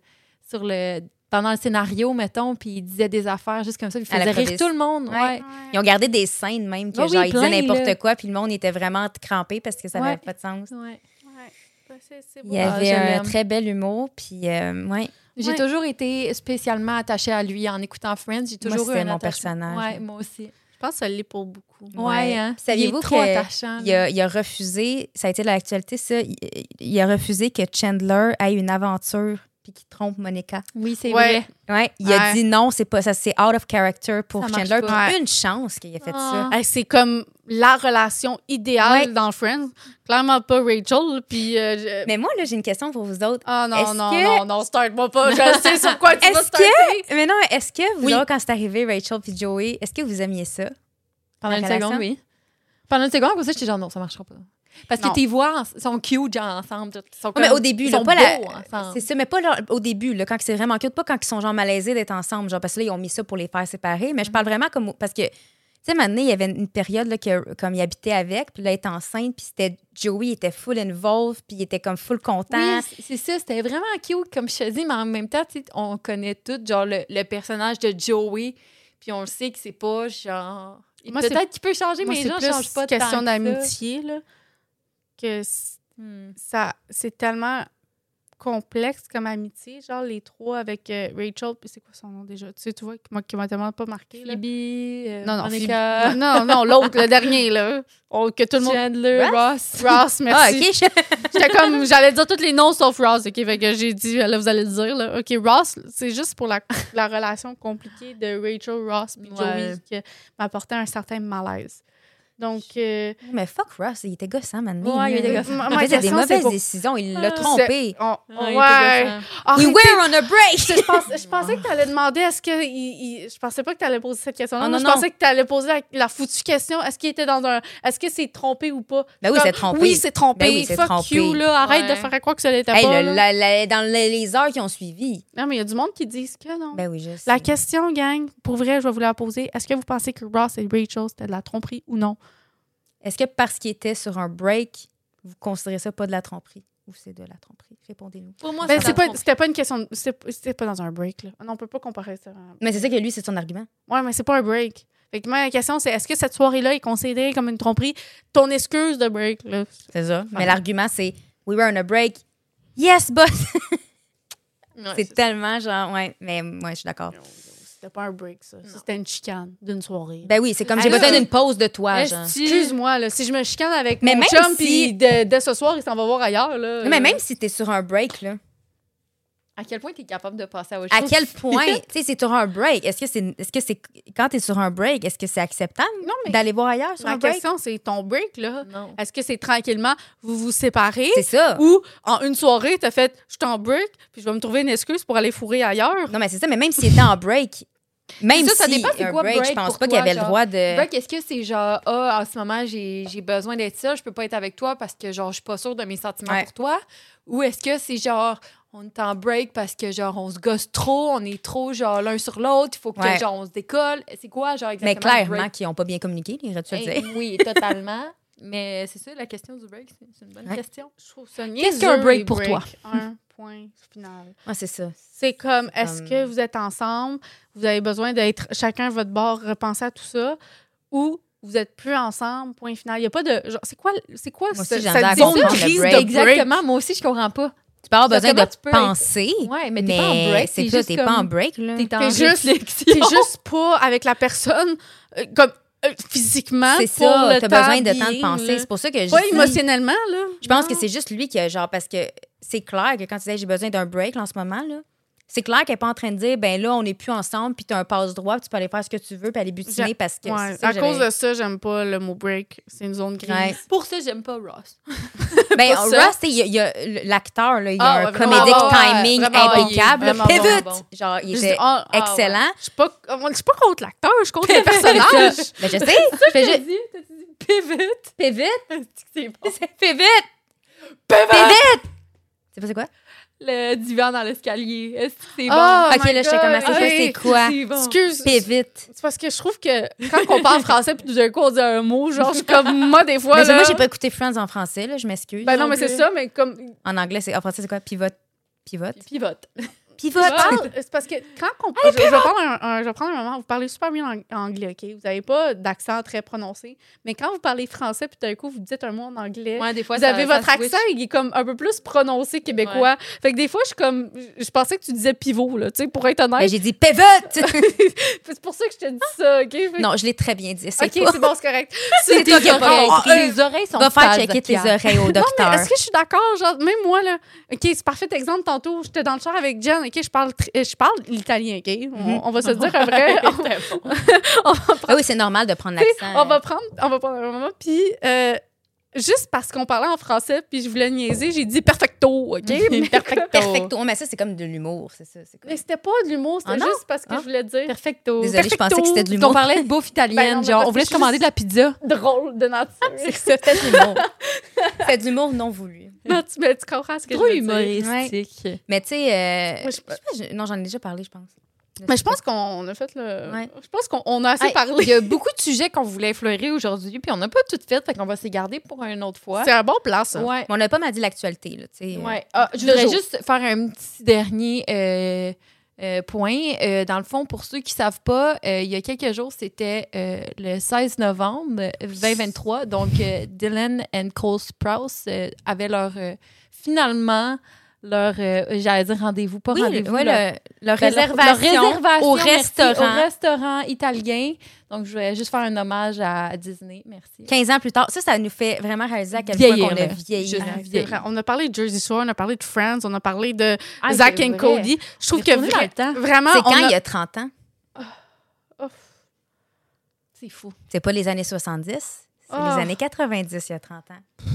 sur le, pendant le scénario, mettons, puis il disait des affaires juste comme ça. Il
À la
faisait rire
Provis.
tout le monde.
Ouais.
ouais.
Ils ont gardé des scènes même que
Ah oui,
genre ils disaient
plein, là.
n'importe quoi puis le monde était vraiment crampé parce que ça n'avait
Ouais.
pas de sens.
Ouais.
Ouais. Ouais, c'est- c'est
Il
beau.
y
Ah,
avait
je
un
l'aime.
très bel humour puis euh, ouais.
J'ai
Ouais.
toujours été spécialement attachée à lui en écoutant Friends. J'ai
Moi,
toujours eu
c'était
un
mon
attachement.
personnage.
Ouais, moi aussi.
Je pense que ça l'est pour beaucoup.
Ouais,
Ouais.
hein.
Puis saviez-vous
il est trop
que
attachant.
Il a, il a refusé, ça a été de l'actualité ça, il, il a refusé que Chandler ait une aventure puis qu'il trompe Monica.
Oui, c'est
Ouais.
vrai.
Ouais, il a
Ouais.
dit non, c'est pas ça c'est out of character pour
Ça marche
Chandler.
pas.
Puis Une chance qu'il ait fait ça.
Ah.
Hey, c'est comme la relation idéale
Ouais.
dans Friends. Clairement pas Rachel. Puis. euh, je-
Mais moi là, j'ai une question pour vous autres.
Ah non,
est-ce
non,
que-
non, non, start-moi pas. Je sais sur quoi tu vas
Est-ce
starter.
que Mais non, est-ce que vous
Oui.
autres, quand c'est arrivé Rachel puis Joey, est-ce que vous aimiez ça
Pendant
La
une
relation?
seconde, oui. Pendant une seconde, comme ça, j'étais genre non, ça marchera pas. Parce
Non.
que tes voix en- sont cute, genre ensemble. toutes. Ils sont
Ouais, mais
comme-
au début,
ils
là,
sont
pas la-
beaux ensemble.
Ah.
C'est ça, mais pas leur- au début, là, quand c'est vraiment cute, pas quand ils sont genre malaisés d'être ensemble, genre parce que là, ils ont mis ça pour les faire séparer,
Mm.
mais je parle vraiment comme. au- Parce que, tu sais, maintenant, il y avait une période, là, que, comme ils habitaient avec, puis là, il était enceinte, puis c'était. Joey était full involved, puis il était comme full content.
Oui, c'est- c'est ça, c'était vraiment cute, comme je te dis, mais en même temps, tu sais, on connaît tout, genre le, le personnage de Joey, puis on le sait que c'est pas genre.
Moi, c'est-
Peut-être qu'il peut changer,
Moi,
mais
c'est
les gens
plus
changent pas de
question d'amitié, Hmm. là. Que c-
Hmm.
ça, c'est tellement complexe comme amitié. Genre, les trois avec euh, Rachel. Puis c'est quoi son nom déjà? Tu sais, tu vois, qui m'a- qui m'a tellement pas marqué. Là. Non, non,
euh, Monica,
Phoebe. Non, non, l'autre, le dernier, là. Oh, que tout le monde.
Chandler, Ross.
Ross, merci.
Ah, OK. je-
J'étais comme, j'allais dire tous les noms sauf Ross, ok? Fait que j'ai dit, euh, là, vous allez le dire, là. Ok, Ross, c'est juste pour la, la relation compliquée de Rachel, Ross puis Joey
Ouais.
qui m'apportait un certain malaise. Donc, euh,
Mais fuck Ross, il était gossant, man.
Ouais, il était gossant.
ma-
Il
ma
faisait des
question, c'est
mauvaises
pour-
décisions, il l'a
Ah.
trompé.
On-
Ah, il était
ouais.
gossant.
We
Arrêtez.
were on a break!
Je, pensais- je pensais que tu allais demander est-ce que. il- il- je pensais pas que tu allais poser cette question-là.
Ah,
Moi,
non,
je
non.
pensais que tu allais poser la, la foutue question est-ce qu'il était dans un. Est-ce que c'est trompé ou pas
Ben oui,
Comme,
c'est trompé.
Oui, c'est trompé.
Ben oui, c'est
Fuck
trompé.
you, là. Arrête
Ouais.
de faire croire que ça l'était
Hey,
pas.
le-
là.
la- la- dans les, les heures qui ont suivi.
Non, mais il y a du monde qui disent que non.
Ben oui, je sais.
la question, gang, pour vrai, je vais vous la poser. Est-ce que vous pensez que Ross et Rachel, c'était de la tromperie ou non?
Est-ce que parce qu'il était sur un break, vous considérez ça pas de la tromperie? Ou c'est de la tromperie? Répondez-nous.
Pour moi,
Ben,
c'est
c'est
pas.
pas- c'était pas une question. de- c'est- C'était pas dans un break, là. Non, on peut pas comparer ça. à-
Mais c'est ça que lui, c'est son argument.
Ouais, mais c'est pas un break. Fait que moi, la question, c'est est-ce que cette soirée-là est considérée comme une tromperie? Ton excuse de break, là.
C'est ça. Mais l'argument, c'est We were on a break. Yes, but.
Ouais,
c'est tellement genre, ouais, mais moi, je suis d'accord.
C'était pas un break, ça. Ça, C'était une chicane d'une soirée.
Ben oui, c'est comme j'ai
Alors-
besoin d'une pause de toi,
Est-ce
Ah, genre.
que-
Excuse-moi, là, si je me chicane avec
Mais
mon
même
chum,
si-
puis de, de ce soir, il s'en va voir ailleurs, là.
Non, mais même si t'es sur un break, là,
À quel point t'es capable de passer à autre
à
chose?
quel point, tu sais, c'est sur un break. Est-ce que c'est, est-ce que c'est, quand t'es sur un break, est-ce que c'est acceptable
Non, mais
d'aller voir ailleurs sur
la
un break?
question, c'est ton break, là.
Non.
Est-ce que c'est tranquillement, vous vous séparez?
C'est ça.
Ah. Ou en une soirée, t'as fait, je t'en break, puis je vais me trouver une excuse pour aller fourrer ailleurs?
Non, mais c'est ça, mais même s'il était en break, même
ça, ça
si
dépend c'est
un
quoi
break, je
break
pense
pour
pas qu'il
toi,
avait le
genre.
droit de.
Break, Euh, est-ce que c'est genre, ah, en ce moment, j'ai j'ai besoin d'être seule, je peux pas être avec toi parce que, genre, je suis pas sûre de mes sentiments
Ouais.
pour toi? Ou est-ce que c'est genre, on est en break parce que, genre, on se gosse trop, on est trop, genre, l'un sur l'autre, il faut que,
Ouais.
genre, on se décolle? C'est quoi, genre, exactement?
Mais
le
clairement
break?
qu'ils n'ont pas bien communiqué, irais-tu le
Eh,
dire?
oui, totalement. Mais c'est ça, la question du break, c'est c'est une bonne
Ouais.
question.
Je trouve ça
Qu'est-ce qu'un
niaiseux,
break
les
pour toi?
breaks. Un point final.
Ah, c'est ça.
C'est comme, est-ce
comme-
que vous êtes ensemble, vous avez besoin d'être chacun à votre bord, repenser à tout ça, ou vous êtes plus ensemble, point final. Il n'y a pas de. genre, C'est quoi, c'est quoi
Moi
ce-
aussi, j'ai envie
cette
de comprendre
zone
le
grise
break.
de break?
Exactement, moi aussi, je comprends pas.
Tu peux avoir
Parce
besoin
que
de
moi, tu peux être-
penser,
Ouais, mais
mais,
t'es pas en break,
c'est
t'es
ça,
juste
t'es
comme...
pas en break, là.
T'es en
T'es juste-
réflexion.
T'es juste pas avec la personne, euh, comme euh, physiquement.
C'est
pour
ça,
le
t'as besoin de
being,
temps de penser.
là.
C'est pour ça que je
Pas
dis-
émotionnellement, là.
Je pense
Non.
que c'est juste lui qui a genre parce que c'est clair que quand tu disais j'ai besoin d'un break là, en ce moment là, c'est clair qu'elle est pas en train de dire ben là on n'est plus ensemble puis t'as un passe droit puis tu peux aller faire ce que tu veux puis aller butiner
Ja-
parce que
Ouais,
c'est ça
à
que
cause
j'avais-
de ça, j'aime pas le mot break. C'est une zone grise.
Ouais.
Pour ça, j'aime pas Ross.
ben
pour
Ross
ça.
tu sais, il y a- il y a l'acteur là, il y a
Ah,
un
ouais, vraiment
comedic
bon, ouais,
timing
vraiment bon,
impeccable,
il est vraiment
pivot,
bon.
genre il
Je
était
dis, ah, ah, ouais.
excellent.
Je suis pas, ah, je suis pas contre l'acteur, je suis contre le personnage.
Ben, je sais, je fais juste
dit, t'as dit pivot.
pivot,
C'est bon.
pivot, pivot. Tu sais pas c'est quoi
Le divan dans l'escalier. Est-ce que c'est
Ah,
bon?
Oh
OK,
my
là je sais
God,
comment c'est
ok.
quoi, c'est quoi
C'est bon.
Excuse.
Pivot.
C'est parce que je trouve que quand on parle français puis tout d'un coup on dit un mot, genre je suis comme moi des fois
Mais
là.
Ben, moi j'ai pas écouté Friends en français là, je m'excuse.
Ben non mais c'est ça mais comme
En anglais c'est en français c'est quoi pivot pivot
Pivot.
Pivot. Ben,
je parle- c'est parce que quand on parle, je, je vais prendre un, un- je vais prendre un moment vous parlez super bien en, anglais ok vous avez pas d'accent très prononcé mais quand vous parlez français puis tout d'un coup vous dites un mot en anglais
Ouais, des fois,
vous
ça-
avez
ça
votre
switch.
accent il est comme un peu plus prononcé québécois fait que des fois je suis comme je, je pensais que tu disais pivot là tu sais pour être
Ben,
honnête
j'ai dit pivot.
c'est pour ça que je te dis ça ok Fait que-
non, je l'ai très bien dit. C'est
ok
pas-
c'est bon Ah, c'est correct
C'est toi
Oh,
qui as pas
oreilles.
compris.
Les oreilles sont
Va
hein.
faire
phases,
checker tes
Pierre.
oreilles au
Non,
docteur.
mais est-ce que je suis d'accord? Genre, même moi, là, OK, c'est parfait exemple. Tantôt, j'étais dans le char avec Jen, OK, je parle, tr- euh, je parle l'italien, OK? On,
Mhm.
on va se dire un vrai. on,
C'était bon.
Ah oui, c'est normal de prendre l'accent.
on va prendre, on va prendre un moment, puis... euh, Juste parce qu'on parlait en français, puis je voulais niaiser, j'ai dit perfecto, OK? Mais,
Perfecto. Perfecto. Mais ça, c'est comme de l'humour, c'est ça. c'est comme-
mais c'était pas de l'humour, c'était
Ah non?
juste parce que
Ah.
je voulais dire
Perfecto.
Désolée, je pensais que c'était de
On
l'humour.
parlait de bouffe
Ben non,
italienne.
mais
genre,
parce
on
que
voulait se
je suis
commander de la pizza.
drôle de nature.
Ah, C'est ça, de l'humour. C'est de l'humour non voulu.
non, tu, mais tu comprends ce que
Trop
je veux dire.
humoristique.
Mais tu sais, euh,
Moi,
je
je-
sais pas, je- non, j'en ai déjà parlé, je pense.
Mais je pense qu'on a fait le...
Ouais.
Je pense qu'on on a assez
Hey,
parlé.
Il y a beaucoup de sujets qu'on voulait effleurer aujourd'hui, puis on n'a pas tout fait, fait qu'on va s'y garder pour une autre fois.
C'est un bon plan, ça.
Ouais.
Mais on n'a pas mal dit l'actualité, là, tu sais. Euh,
Ouais. Ah, je
deux
voudrais
jours.
juste faire un petit dernier euh, euh, point. Euh, dans le fond, pour ceux qui ne savent pas, euh, il y a quelques jours, c'était euh, le 16 novembre 2023. Donc, euh, Dylan and Cole Sprouse euh, avaient leur, euh, finalement, leur, euh, j'allais dire rendez-vous, pas
Oui,
rendez-vous,
ouais,
leur-
le- leur
ben, leur- leur
réservation,
réservation,
au
merci,
restaurant.
au restaurant italien. Donc, je voulais juste faire un hommage à Disney. Merci.
15 ans plus tard. Ça, ça nous fait vraiment réaliser à quel
Vieillir,
point on a
là.
vieilli.
Juste.
Ah, c'est
vieille.
vrai. On a parlé de Jersey Shore, on a parlé de Friends, on a parlé de
Ah,
Zach
c'est
and
vrai.
Cody. Je trouve que
Retourner dans
vra-
le temps.
vraiment,
C'est
Ah, on
quand
a-
il y a 30 ans.
Oh,
C'est fou.
C'est pas les années 70. C'est les années 90, il y a 30 ans.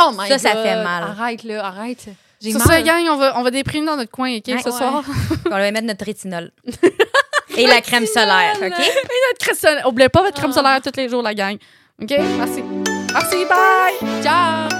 Oh my
Ça,
god.
ça fait mal.
Arrête, là, arrête. J'ai
Sur
mal.
ce, gang, on va, on va déprimer dans notre coin, OK,
Ouais.
ce soir.
On va mettre notre rétinol. Et la crème solaire, OK?
Notre crème solaire. Oubliez pas votre crème
Ah.
solaire tous les jours, la gang. OK? Merci. Merci, bye!
Ciao.